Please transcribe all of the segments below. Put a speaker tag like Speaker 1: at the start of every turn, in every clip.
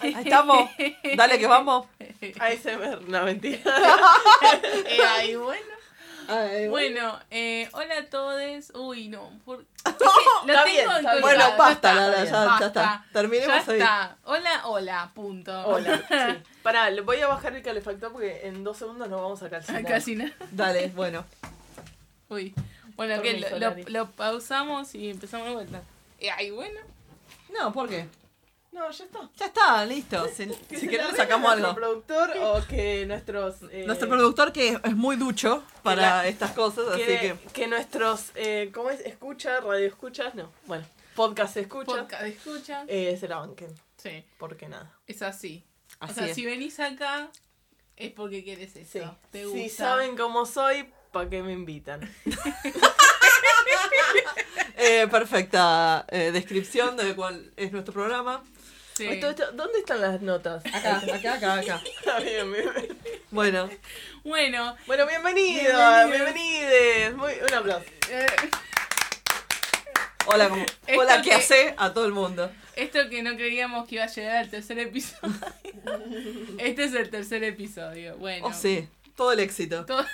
Speaker 1: Ahí estamos. Dale que vamos.
Speaker 2: ASMR, no mentira.
Speaker 3: Eh, ay, bueno.
Speaker 2: Ay,
Speaker 3: Bueno, eh, hola a todos. Uy, no. por- lo
Speaker 2: está
Speaker 3: tengo
Speaker 2: bien, está bien.
Speaker 3: colgado.
Speaker 2: Bueno,
Speaker 3: Ya
Speaker 2: basta,
Speaker 3: está,
Speaker 2: Lala,
Speaker 3: bien,
Speaker 2: ya- ya
Speaker 3: basta.
Speaker 1: está. Terminemos
Speaker 3: ya
Speaker 1: ahí.
Speaker 3: Está. Hola, hola, punto.
Speaker 2: Hola. Sí. Pará, le voy a bajar el calefactor porque en dos segundos nos vamos a calcinar.
Speaker 1: Ah,
Speaker 3: Casi nada.
Speaker 1: Dale, bueno.
Speaker 3: Uy. Bueno,
Speaker 2: Por
Speaker 3: que
Speaker 2: mi
Speaker 3: lo, lo-
Speaker 2: Solari.
Speaker 3: lo pausamos y empezamos de vuelta. Eh, ay, bueno.
Speaker 1: No, ¿por qué?
Speaker 2: No, ya está.
Speaker 1: Ya está, listo. Si,
Speaker 2: Que
Speaker 1: si
Speaker 2: se
Speaker 1: querés
Speaker 2: la
Speaker 1: le sacamos
Speaker 2: arregle
Speaker 1: algo.
Speaker 2: Nuestro productor o que nuestros. eh,
Speaker 1: Nuestro productor que es, es muy ducho para
Speaker 2: la-
Speaker 1: estas cosas, así
Speaker 2: Que,
Speaker 1: que...
Speaker 2: que nuestros. Eh, ¿Cómo es? Escucha, radio escuchas, no. Bueno, podcast escuchas.
Speaker 3: Podcast escucha.
Speaker 2: Eh, se la banquen.
Speaker 3: Sí,
Speaker 2: Porque nada.
Speaker 3: es así.
Speaker 1: Así
Speaker 3: o sea,
Speaker 1: es.
Speaker 3: si venís acá es porque quieres eso.
Speaker 2: Sí.
Speaker 3: Te gusta.
Speaker 2: Si saben cómo soy, ¿para qué me invitan?
Speaker 1: Eh, perfecta eh, descripción de cuál es nuestro programa.
Speaker 3: Sí.
Speaker 2: Esto- esto- ¿Dónde están las notas?
Speaker 1: Acá, acá, acá, acá.
Speaker 2: Está bien, bien.
Speaker 1: Bueno,
Speaker 3: Bueno,
Speaker 2: Bueno, bienvenidos,
Speaker 3: Bienvenidos.
Speaker 2: bienvenides. Muy, un aplauso.
Speaker 3: eh,
Speaker 1: hola, como-
Speaker 3: Esto
Speaker 1: hola, ¿qué
Speaker 3: que-
Speaker 1: hace? A todo el mundo.
Speaker 3: esto que no creíamos que iba a llegar al tercer episodio. este es el tercer episodio. Bueno.
Speaker 1: Oh, sí, todo el éxito.
Speaker 3: todo-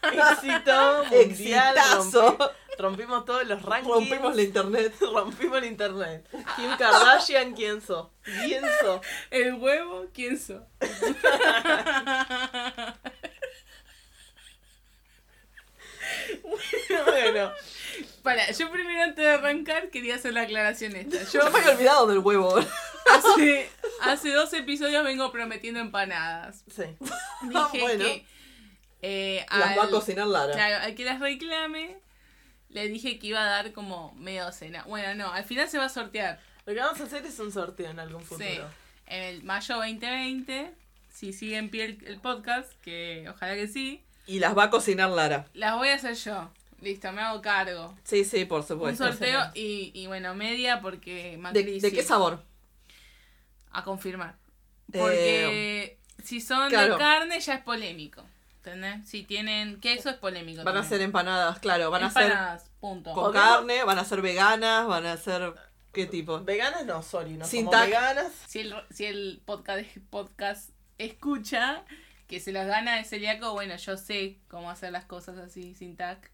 Speaker 2: Éxito mundial.
Speaker 1: Exitazo.
Speaker 2: rompi- rompimos todos los rankings.
Speaker 1: Rompimos la internet.
Speaker 2: Rompimos el internet. Kim Kardashian, ¿quién so? ¿Quién so?
Speaker 3: el huevo, ¿quién sos?
Speaker 2: Bueno,
Speaker 3: Para, yo primero antes de arrancar quería hacer la aclaración esta. Yo
Speaker 1: Yo me había olvidado del huevo.
Speaker 3: hace, hace dos episodios vengo prometiendo empanadas.
Speaker 2: sí.
Speaker 3: Dije
Speaker 1: Ah, bueno.
Speaker 3: que eh,
Speaker 1: Las va a
Speaker 3: al-
Speaker 1: cocinar Lara.
Speaker 3: Claro, al que las reclame, le dije que iba a dar como media docena. Bueno, no, al final se va a sortear.
Speaker 2: Lo que vamos a hacer es un sorteo en algún futuro.
Speaker 3: Sí. En el mayo 2020, si sigue en pie el, el podcast, que ojalá que sí,
Speaker 1: Y las va a cocinar Lara.
Speaker 3: las voy a hacer yo. Listo, me hago cargo.
Speaker 1: Sí, sí, por
Speaker 3: Un
Speaker 1: supuesto.
Speaker 3: sorteo y, y bueno, media porque
Speaker 1: ¿De,
Speaker 3: Macri
Speaker 1: de
Speaker 3: sí.
Speaker 1: qué sabor?
Speaker 3: A confirmar.
Speaker 1: Eh, um,
Speaker 3: Porque si son
Speaker 1: claro.
Speaker 3: de carne ya es polémico. ¿Entendés? Si tienen queso es polémico.
Speaker 1: Van a
Speaker 3: también.
Speaker 1: ser empanadas, claro. Van a ser
Speaker 3: Empanadas, punto.
Speaker 1: con
Speaker 2: Podemos-
Speaker 1: carne, van a ser veganas, van a ser... ¿Qué tipo?
Speaker 2: Veganas no, sorry, no
Speaker 1: Sin
Speaker 2: somos
Speaker 1: tag.
Speaker 2: veganas.
Speaker 3: si el, si el podcast, podcast escucha que se los gana de celíaco, bueno, yo sé cómo hacer las cosas así sin tac.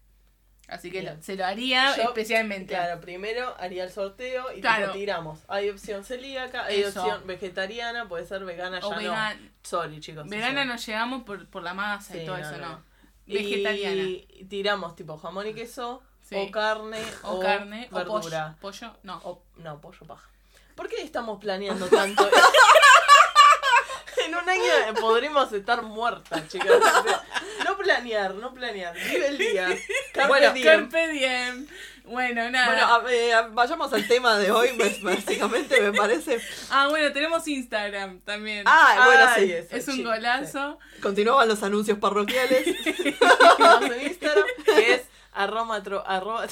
Speaker 3: Así que
Speaker 2: Bien.
Speaker 3: lo- se lo haría
Speaker 2: Yo-
Speaker 3: especialmente.
Speaker 2: Claro, primero haría el sorteo y
Speaker 3: Claro.
Speaker 2: tipo tiramos. Hay opción celíaca, hay
Speaker 3: Eso.
Speaker 2: opción vegetariana, puede ser vegana,
Speaker 3: o
Speaker 2: ya
Speaker 3: vegana,
Speaker 2: no. Sorry, chicos.
Speaker 3: vegana
Speaker 2: eso.
Speaker 3: nos llegamos por, por la masa y
Speaker 2: Sí,
Speaker 3: todo
Speaker 2: no,
Speaker 3: eso,
Speaker 2: no,
Speaker 3: no.
Speaker 2: no.
Speaker 3: Vegetariana.
Speaker 2: Y tiramos tipo jamón y queso,
Speaker 3: Sí.
Speaker 2: o carne,
Speaker 3: o, carne, o pollo.
Speaker 2: verdura.
Speaker 3: Pollo, no.
Speaker 2: O, no, pollo paja. ¿Por qué estamos planeando tanto? en un año podremos estar muertas, chicas. O sea, No planear, no planear. Vive el día. Carpe ah.
Speaker 1: Bueno,
Speaker 2: diem.
Speaker 3: Carpe diem. Bueno, nada.
Speaker 1: Bueno, a- eh, a- vayamos al tema de hoy, pues, básicamente me parece.
Speaker 3: ah, bueno, tenemos Instagram también.
Speaker 1: Ah, bueno,
Speaker 2: Ay,
Speaker 1: sí.
Speaker 2: eso,
Speaker 3: es un
Speaker 2: chicos, sí.
Speaker 3: golazo.
Speaker 1: Continuaban los anuncios parroquiales.
Speaker 2: Estamos en Instagram, que es arroba tro- arroba-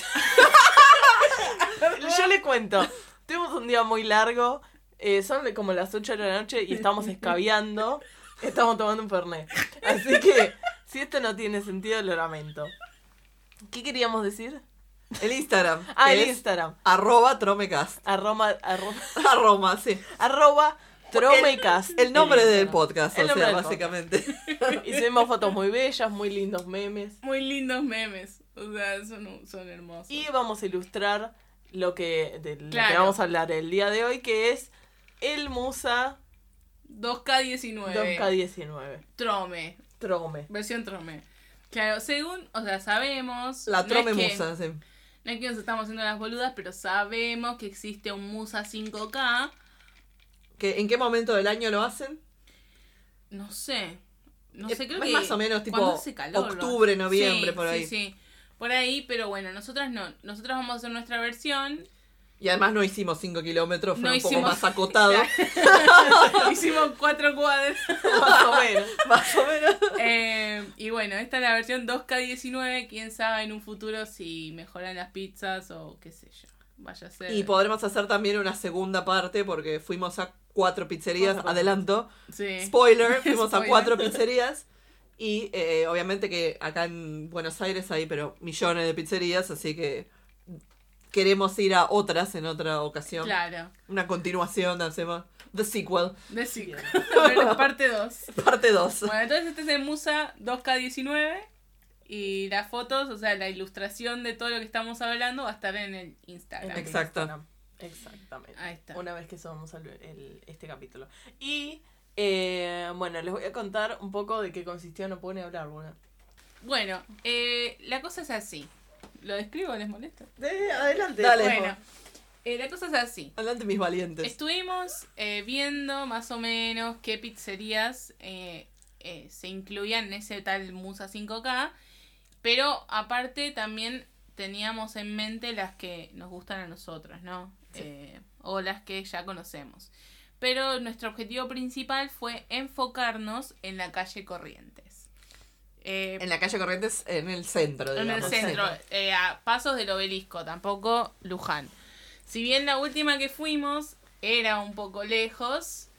Speaker 2: Yo le cuento, tuvimos un día muy largo, eh, son como las 8 de la noche y estamos escabeando, estamos tomando un fernet. Así que, si esto no tiene sentido, lo lamento. ¿Qué queríamos decir?
Speaker 1: El Instagram.
Speaker 2: Ah,
Speaker 1: que
Speaker 2: el
Speaker 1: es
Speaker 2: Instagram.
Speaker 1: Arroba Tromecast.
Speaker 2: Arroba, arroba,
Speaker 1: Arroba, sí.
Speaker 2: arroba tromecas.
Speaker 1: El nombre
Speaker 2: El
Speaker 1: del
Speaker 2: Instagram.
Speaker 1: podcast,
Speaker 2: El
Speaker 1: o
Speaker 2: nombre
Speaker 1: sea,
Speaker 2: del
Speaker 1: básicamente.
Speaker 2: Y subimos fotos muy bellas, muy lindos memes.
Speaker 3: Muy lindos memes. O sea, son, son hermosos.
Speaker 2: Y vamos a ilustrar lo que, de lo que
Speaker 3: Claro.
Speaker 2: vamos a hablar el día de hoy, que es el Musa
Speaker 3: 2K19.
Speaker 2: 2K19.
Speaker 3: Trome.
Speaker 2: Trome.
Speaker 3: Versión Trome. Claro, según, o sea, sabemos.
Speaker 1: La Trome
Speaker 3: no es que-
Speaker 1: Musa, sí.
Speaker 3: no es que nos estamos haciendo las boludas, pero sabemos que existe un Musa 5K.
Speaker 1: ¿Que, ¿En qué momento del año lo hacen?
Speaker 3: No sé. No
Speaker 1: Eh,
Speaker 3: sé, creo
Speaker 1: es
Speaker 3: que.
Speaker 1: más o menos tipo
Speaker 3: cuando hace calor, lo-
Speaker 1: octubre, noviembre,
Speaker 3: Sí,
Speaker 1: por ahí.
Speaker 3: Sí, sí. Por ahí, pero bueno, nosotras no. Nosotras vamos a hacer nuestra versión.
Speaker 1: Y además no hicimos 5 kilómetros, fue
Speaker 3: No
Speaker 1: un poco
Speaker 3: hicimos-
Speaker 1: más acotado.
Speaker 3: Hicimos cuatro cuadras.
Speaker 2: Más o menos.
Speaker 1: más o menos.
Speaker 3: Eh, y bueno, esta es la versión 2K19. Quién sabe en un futuro si mejoran las pizzas o qué sé yo. Vaya a ser.
Speaker 1: Y podremos hacer también una segunda parte porque fuimos a cuatro pizzerías,
Speaker 2: Cuatro.
Speaker 1: adelanto.
Speaker 3: Sí.
Speaker 1: Spoiler, fuimos a
Speaker 3: Spoiler.
Speaker 1: cuatro pizzerías. Y eh, obviamente que acá en Buenos Aires hay pero millones de pizzerías, así que queremos ir a otras en otra ocasión.
Speaker 3: Claro.
Speaker 1: Una continuación hacemos. The Sequel,
Speaker 3: De sí. Pero parte 2.
Speaker 1: parte 2.
Speaker 3: Bueno, entonces este es el Musa 2K19 y las fotos, o sea, la ilustración de todo lo que estamos hablando va a estar en el
Speaker 2: En
Speaker 3: Instagram.
Speaker 2: el
Speaker 1: Exacto.
Speaker 2: Instagram. Exactamente.
Speaker 3: Ahí está.
Speaker 2: Una vez que subamos el- el- este capítulo. Y eh, bueno, les voy a contar un poco de qué consistió No Puedo Ni Hablar, bueno.
Speaker 3: Bueno, eh, la cosa es así. ¿Lo describo? ¿Les molesta?
Speaker 1: Eh,
Speaker 2: adelante.
Speaker 1: Dale.
Speaker 3: Bueno, eh, la cosa es así.
Speaker 1: Adelante, mis valientes.
Speaker 3: Estuvimos eh, viendo más o menos qué pizzerías eh, eh, se incluían en ese tal Musa 5K, pero aparte también teníamos en mente las que nos gustan a nosotros, ¿no? Eh, o las que ya conocemos. Pero nuestro objetivo principal fue enfocarnos en la calle Corrientes. Eh,
Speaker 1: En la calle Corrientes, en el centro,
Speaker 3: en
Speaker 1: digamos.
Speaker 3: el centro, eh, a pasos del obelisco, tampoco Luján. Si bien la última que fuimos era un poco lejos,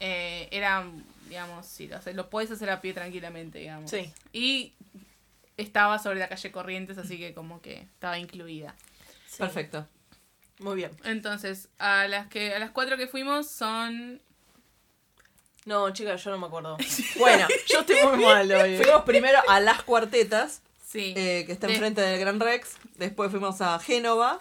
Speaker 3: eh, era, digamos, si lo, haces- lo puedes hacer a pie tranquilamente, digamos.
Speaker 2: Sí.
Speaker 3: Y estaba sobre la calle Corrientes, así que como que estaba incluida.
Speaker 1: Sí. Perfecto.
Speaker 2: Muy bien.
Speaker 3: Entonces, a las que a las cuatro que fuimos son...
Speaker 2: No, chicas, yo no me acuerdo. Bueno, yo estoy muy mal hoy. ¿eh?
Speaker 1: Fuimos primero a Las Cuartetas,
Speaker 3: Sí.
Speaker 1: eh, que está
Speaker 3: De-
Speaker 1: enfrente del Gran Rex. Después fuimos a Génova,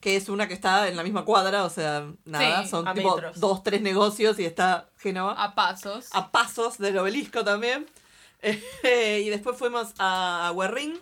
Speaker 1: que es una que está en la misma cuadra, o sea, nada.
Speaker 3: Sí,
Speaker 1: son
Speaker 2: a
Speaker 1: tipo
Speaker 2: metros. Ah.
Speaker 1: dos, tres negocios y está Génova.
Speaker 3: A pasos.
Speaker 1: a pasos del obelisco también. Eh, y después fuimos a Guerrín.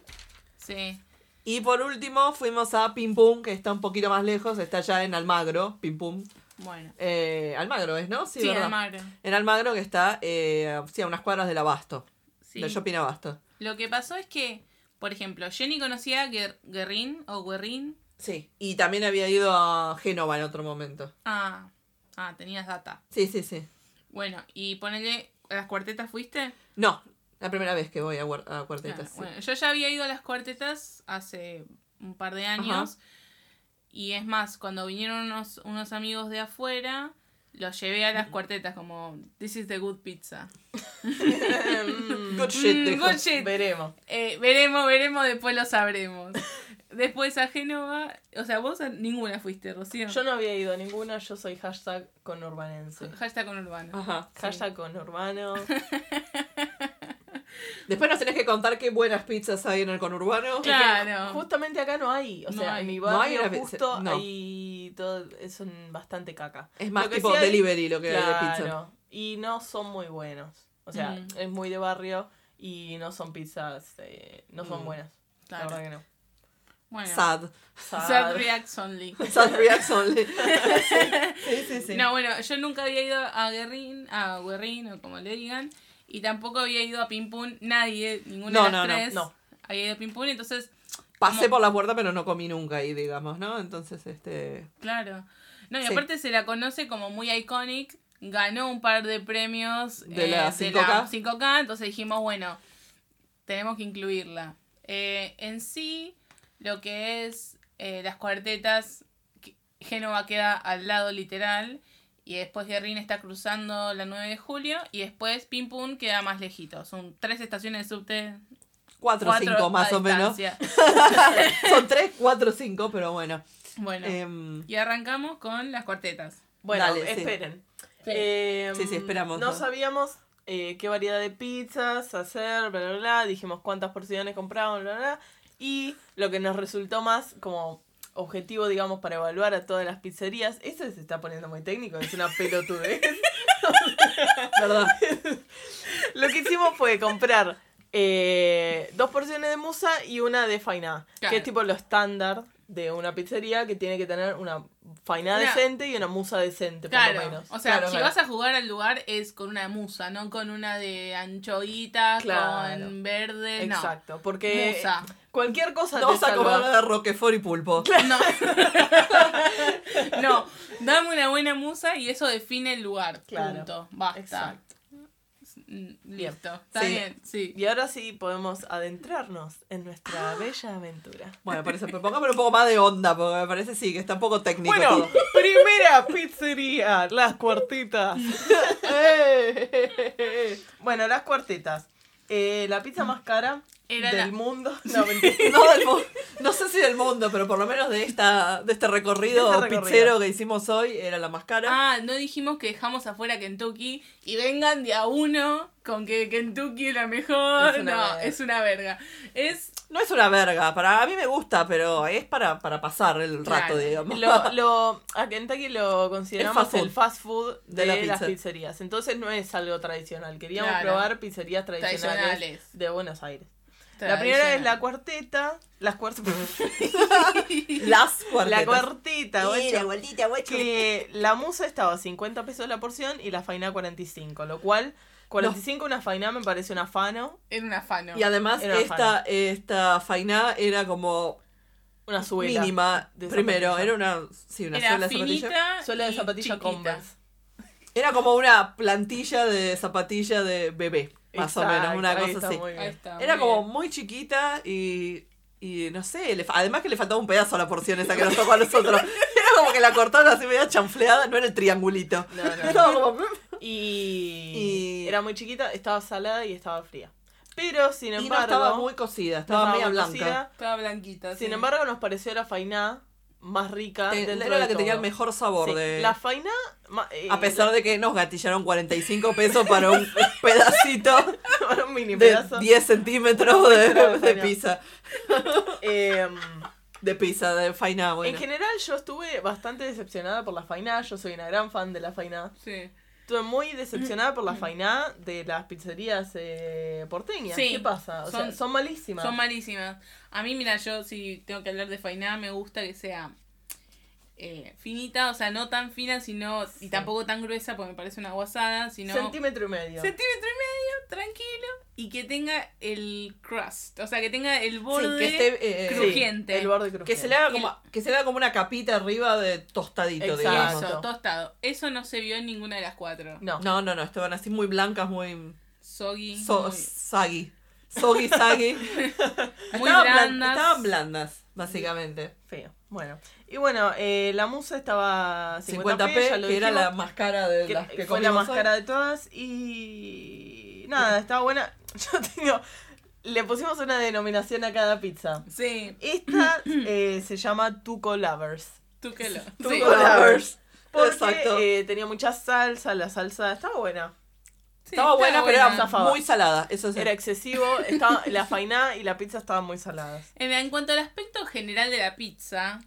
Speaker 3: Sí.
Speaker 1: Y por último fuimos a Pim Pum, que está un poquito más lejos, está ya en Almagro. Pim Pum.
Speaker 3: Bueno.
Speaker 1: Eh, Almagro es, ¿no?
Speaker 3: Sí,
Speaker 1: ¿verdad?
Speaker 3: Almagro.
Speaker 1: En Almagro que está eh, sí, a unas cuadras del Abasto,
Speaker 3: Sí.
Speaker 1: del shopping Abasto.
Speaker 3: Lo que pasó es que, por ejemplo, Jenny conocía a Guer- Guerrín o Guerrín.
Speaker 1: Sí. Y también había ido a Génova en otro momento.
Speaker 3: Ah, ah, tenías data.
Speaker 1: Sí, sí, sí.
Speaker 3: Bueno, y ponele, ¿a las cuartetas fuiste?
Speaker 1: No, la primera vez que voy a, guar- a
Speaker 3: Ah,
Speaker 1: cuartetas. sí.
Speaker 3: bueno, yo ya había ido a las cuartetas hace un par de años. Y es más, cuando vinieron unos, unos amigos de afuera, los llevé a las cuartetas como, this is the good pizza.
Speaker 2: Mm,
Speaker 1: Good shit,
Speaker 3: Mm,
Speaker 1: dijo.
Speaker 3: good shit.
Speaker 2: Veremos.
Speaker 3: Eh, veremos, veremos, después lo sabremos. Después a Génova, o sea, vos a ninguna fuiste, Rocío.
Speaker 2: Yo no había ido a ninguna, yo soy hashtag conurbanense.
Speaker 3: Hashtag con Urbano.
Speaker 1: Ajá.
Speaker 2: Hashtag conurbano.
Speaker 1: Después nos tenés que contar qué buenas pizzas hay en el conurbano.
Speaker 3: Claro.
Speaker 2: Justamente acá no hay. O
Speaker 3: No
Speaker 2: sea,
Speaker 3: hay.
Speaker 2: en mi
Speaker 1: No hay
Speaker 2: barrio
Speaker 1: una pizza-
Speaker 2: justo
Speaker 1: no.
Speaker 2: hay todo. Es un bastante caca.
Speaker 1: Es más
Speaker 2: Lo que
Speaker 1: tipo
Speaker 2: sí hay-
Speaker 1: delivery lo que hay de pizza.
Speaker 2: Claro. Y no son muy buenos. O sea,
Speaker 3: Mm.
Speaker 2: es muy de barrio y no son pizzas. eh, no son
Speaker 1: Mm.
Speaker 2: buenas.
Speaker 3: Claro.
Speaker 2: La verdad que no.
Speaker 3: Bueno, sad,
Speaker 1: Sad.
Speaker 2: Sad.
Speaker 3: reacts only.
Speaker 1: Sad reacts only. sí, sí, sí.
Speaker 3: No, bueno, yo nunca había ido a Guerrín, a Guerrín o como le digan, y tampoco había ido a Pimpún, nadie, ninguna
Speaker 1: No,
Speaker 3: de
Speaker 1: no,
Speaker 3: las
Speaker 1: no,
Speaker 3: tres
Speaker 2: no.
Speaker 3: había ido a Pimpún, entonces,
Speaker 1: Pasé
Speaker 3: Como-
Speaker 1: por la puerta, pero no comí nunca ahí, digamos, ¿no? Entonces, este.
Speaker 3: claro. No, y
Speaker 1: Sí.
Speaker 3: aparte se la conoce como muy iconic, ganó un par de premios eh,
Speaker 1: De la 5K.
Speaker 3: 5K, entonces dijimos, bueno, tenemos que incluirla. Eh, en sí, lo que es eh, las cuartetas, que- Génova queda al lado literal. Y después Guerrín está cruzando la 9 de julio. Y después Pim Pum queda más lejito. Son tres estaciones de subte.
Speaker 1: Cuatro o cinco, más
Speaker 3: a
Speaker 1: o menos.
Speaker 3: distancia.
Speaker 1: Son tres, cuatro, cinco, pero bueno.
Speaker 3: Bueno.
Speaker 1: Em,
Speaker 3: y arrancamos con las cuartetas.
Speaker 2: Bueno,
Speaker 1: Dale, sí.
Speaker 2: esperen.
Speaker 3: Sí.
Speaker 2: Eh,
Speaker 1: Sí, sí, esperamos,
Speaker 2: No
Speaker 1: ¿no?
Speaker 2: sabíamos eh, qué variedad de pizzas hacer, bla, bla, bla. Dijimos cuántas porciones compramos, bla, bla. bla. Y lo que nos resultó más como objetivo, digamos, para evaluar a todas las pizzerías. Esto se está poniendo muy técnico, es una pelotudez.
Speaker 1: verdad.
Speaker 2: Lo que hicimos fue comprar eh, dos porciones de musa y una de fainá,
Speaker 3: Claro.
Speaker 2: que es tipo lo estándar de una pizzería que tiene que tener una fainá
Speaker 3: Una-
Speaker 2: decente y una musa decente, por lo
Speaker 3: Claro,
Speaker 2: menos.
Speaker 3: o sea,
Speaker 1: Claro,
Speaker 3: si
Speaker 1: claro.
Speaker 3: vas a jugar al lugar es con una musa, no con una de anchoita,
Speaker 2: Claro.
Speaker 3: con verde, no.
Speaker 2: Exacto, porque
Speaker 3: Musa.
Speaker 2: cualquier cosa
Speaker 1: No
Speaker 2: te
Speaker 1: vas a
Speaker 2: salva.
Speaker 1: comer de roquefort y pulpo.
Speaker 3: No. no, dame una buena musa y eso define el lugar.
Speaker 2: Claro.
Speaker 3: Punto. Basta.
Speaker 2: Exacto.
Speaker 3: Mm, Listo. Está
Speaker 1: Sí.
Speaker 3: bien, sí.
Speaker 2: Y ahora sí podemos adentrarnos en nuestra bella aventura.
Speaker 1: Bueno, por eso, pero pongámosle un poco más de onda, porque me parece sí, que está un poco técnico
Speaker 2: Bueno,
Speaker 1: todo.
Speaker 2: primera pizzería, las cuartetas. bueno, las cuartetas. Eh, la Eh, pizza más cara
Speaker 3: Era
Speaker 2: del
Speaker 3: la-
Speaker 2: mundo. No, mentira.
Speaker 1: No, del mu- no sé si del mundo, pero por lo menos de esta de este recorrido,
Speaker 2: De este recorrido.
Speaker 1: pizzero que hicimos hoy era la más cara.
Speaker 3: Ah, no dijimos que dejamos afuera Kentucky y vengan de a uno con que Kentucky es la mejor.
Speaker 2: Es una
Speaker 3: no,
Speaker 2: verga.
Speaker 3: es una verga. Es
Speaker 1: No es una verga, para a mí me gusta, pero es para, para pasar el
Speaker 3: Claro.
Speaker 1: rato, digamos.
Speaker 2: Lo, lo, a Kentucky lo consideramos
Speaker 1: fast food.
Speaker 2: el fast food de,
Speaker 1: De la
Speaker 2: las
Speaker 1: pizza.
Speaker 2: pizzerías. Entonces no es algo tradicional. Queríamos
Speaker 3: Claro.
Speaker 2: probar pizzerías tradicionales,
Speaker 3: Tradicionales.
Speaker 2: de Buenos Aires. La primera es la cuarteta. Las cuartetas.
Speaker 1: Las
Speaker 2: la
Speaker 1: cuartetas.
Speaker 2: cuarteta,
Speaker 1: Y la
Speaker 2: guacho.
Speaker 1: vueltita, guacho.
Speaker 2: Que la musa estaba a 50 pesos la porción y la faina 45. Lo cual, 45 una faina me parece un afano,
Speaker 3: Era un afano.
Speaker 1: Y además
Speaker 2: Era
Speaker 1: esta, esta fainá era como
Speaker 2: una suela.
Speaker 1: mínima.
Speaker 2: de
Speaker 1: Primero,
Speaker 2: zapatilla.
Speaker 1: era una, sí, una
Speaker 3: Era
Speaker 1: suela de zapatilla.
Speaker 3: finita.
Speaker 2: Suela de
Speaker 3: y
Speaker 2: zapatilla
Speaker 3: chiquita.
Speaker 2: Converse.
Speaker 1: Era como una plantilla de zapatilla de bebé, más o menos,
Speaker 2: Exacto,
Speaker 1: una
Speaker 2: ahí
Speaker 1: cosa
Speaker 2: está,
Speaker 1: así.
Speaker 2: Ah, muy bien.
Speaker 3: Ahí está.
Speaker 1: Era
Speaker 3: muy
Speaker 1: como
Speaker 3: bien.
Speaker 1: muy chiquita y, y no sé, le fa- además que le faltaba un pedazo a la porción esa que nos tocó a nosotros. Era como que la cortaron así media chanfleada, no era el triangulito.
Speaker 2: No, no, no.
Speaker 1: Era como,
Speaker 2: Y,
Speaker 1: Y-
Speaker 2: era muy chiquita, estaba salada y estaba fría. Pero, sin
Speaker 1: y
Speaker 2: embargo,
Speaker 1: no estaba muy cocida,
Speaker 2: no
Speaker 1: estaba media
Speaker 2: muy
Speaker 1: blanca.
Speaker 2: cocida.
Speaker 3: Estaba blanquita.
Speaker 2: Sin
Speaker 3: sí.
Speaker 2: embargo, nos pareció la fainá más rica.
Speaker 1: Te-
Speaker 2: dentro
Speaker 1: Era
Speaker 2: de
Speaker 1: la que tenía el
Speaker 2: todo.
Speaker 1: mejor sabor
Speaker 2: Sí,
Speaker 1: de...
Speaker 2: La fainá. ma- eh,
Speaker 1: A pesar de que nos gatillaron 45 pesos para un pedacito
Speaker 2: la- un mini
Speaker 1: de
Speaker 2: pedazo.
Speaker 1: 10 centímetros de, de
Speaker 2: Bueno.
Speaker 1: pizza.
Speaker 2: Em,
Speaker 1: De pizza, de faina, bueno.
Speaker 2: En general yo estuve bastante decepcionada por la fainá, yo soy una gran fan de la fainá.
Speaker 3: Sí.
Speaker 2: Estuve muy decepcionada
Speaker 1: Mm.
Speaker 2: por la fainá de las pizzerías eh, porteñas.
Speaker 3: Sí.
Speaker 2: ¿Qué pasa? O sea,
Speaker 3: Son-
Speaker 2: son malísimas.
Speaker 3: Son malísimas. A mí, mira, yo si tengo que hablar de fainá, me gusta que sea eh, finita, o sea, no tan fina, sino y tampoco tan gruesa, porque me parece una guasada, sino
Speaker 2: Centímetro y medio.
Speaker 3: centímetro y medio, tranquilo, y que tenga el crust, o sea, que tenga el borde.
Speaker 1: que esté, eh,
Speaker 2: Sí,
Speaker 3: crujiente.
Speaker 2: el borde crujiente.
Speaker 1: Que se, le haga como, que se le haga como una capita arriba de tostadito,
Speaker 2: Exacto.
Speaker 1: digamos.
Speaker 3: Eso, tostado. Eso no se vio en ninguna de las cuatro.
Speaker 2: No.
Speaker 1: No, no, no, estaban así muy blancas, muy.
Speaker 3: Soggy.
Speaker 1: So, saggy. Soggy, saggy.
Speaker 3: muy muy
Speaker 1: estaban, blan-
Speaker 3: blandas.
Speaker 1: estaban blandas, básicamente.
Speaker 2: Feo. Bueno. Y bueno, eh, la musa estaba 50
Speaker 1: 50p,
Speaker 2: ya lo
Speaker 1: que era
Speaker 2: dijimos,
Speaker 1: la más cara de las
Speaker 2: que
Speaker 1: que
Speaker 2: fue la
Speaker 1: comimos
Speaker 2: más
Speaker 1: hoy.
Speaker 2: cara de todas y nada, estaba buena. Yo tengo le pusimos una denominación a cada pizza.
Speaker 3: Sí,
Speaker 2: Esta eh, se llama Tuco Lovers.
Speaker 3: tú que lo.
Speaker 1: Tuco
Speaker 3: sí.
Speaker 1: lovers.
Speaker 2: Porque
Speaker 1: Exacto.
Speaker 2: eh, tenía mucha salsa, la salsa estaba buena.
Speaker 3: Sí,
Speaker 1: estaba buena, pero era
Speaker 2: Zafaba.
Speaker 1: muy salada. Eso sí.
Speaker 2: Era excesivo, estaba, la fainá y la pizza estaban muy saladas.
Speaker 3: En, Eh, en cuanto al aspecto general de la pizza,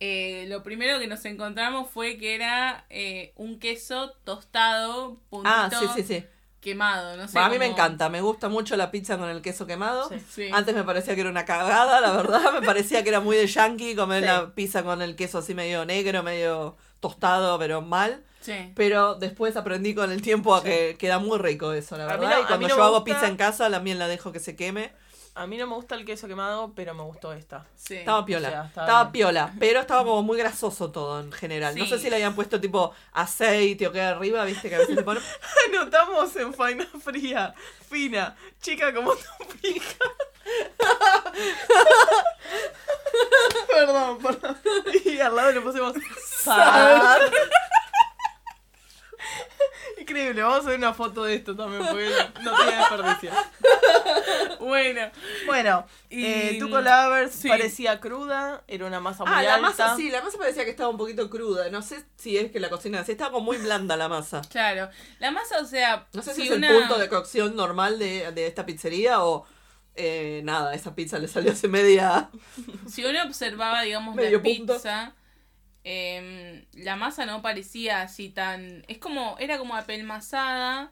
Speaker 3: eh, lo primero que nos encontramos fue que era eh, un queso tostado, puntito
Speaker 1: Ah, sí, sí, sí.
Speaker 3: quemado, no sé.
Speaker 1: Bueno, a mí me
Speaker 3: como-
Speaker 1: encanta, me gusta mucho la pizza con el queso quemado.
Speaker 2: Sí.
Speaker 3: Sí.
Speaker 1: Antes me parecía que era una cagada, la verdad. Me parecía que era muy de yankee comer
Speaker 2: Sí.
Speaker 1: la pizza con el queso así medio negro, medio tostado, pero mal.
Speaker 3: Sí.
Speaker 1: Pero después aprendí con el tiempo a que queda muy rico eso, la
Speaker 2: A mí
Speaker 1: verdad.
Speaker 2: no-
Speaker 1: y
Speaker 2: a
Speaker 1: cuando
Speaker 2: mí no
Speaker 1: yo
Speaker 2: me
Speaker 1: hago
Speaker 2: gusta-
Speaker 1: pizza en casa, también la dejo que se queme.
Speaker 2: A mí no me gusta el queso quemado, pero me gustó esta.
Speaker 3: sí.
Speaker 1: Estaba piola.
Speaker 2: o sea, estaba
Speaker 1: estaba
Speaker 2: bien.
Speaker 1: piola, pero estaba como muy grasoso todo en general. No
Speaker 3: Sí.
Speaker 1: sé si le habían puesto tipo aceite o qué arriba, viste que a veces le ponen.
Speaker 2: Anotamos en faina fría, fina, chica como tu pija. perdón, perdón. Y al lado le pusimos sal.
Speaker 1: Sal.
Speaker 2: Increíble, vamos a hacer una foto de esto también, porque no tiene desperdicio.
Speaker 3: Bueno,
Speaker 2: Bueno,
Speaker 3: Y-
Speaker 2: eh, Tuco Lovers
Speaker 3: sí.
Speaker 2: parecía cruda, era una masa muy
Speaker 1: Ah, la
Speaker 2: alta.
Speaker 1: masa sí, la masa parecía que estaba un poquito cruda. No sé si es que la cocina así, estaba como muy blanda la masa.
Speaker 3: claro. La masa, o sea.
Speaker 1: No sé
Speaker 3: si
Speaker 1: si, es
Speaker 3: una-
Speaker 1: el punto de cocción normal de, de esta pizzería o eh, nada, esa pizza le salió hace media.
Speaker 3: Si uno observaba, digamos, la
Speaker 1: Medio punto.
Speaker 3: pizza, em, la masa no parecía así tan... Es como, era como apelmazada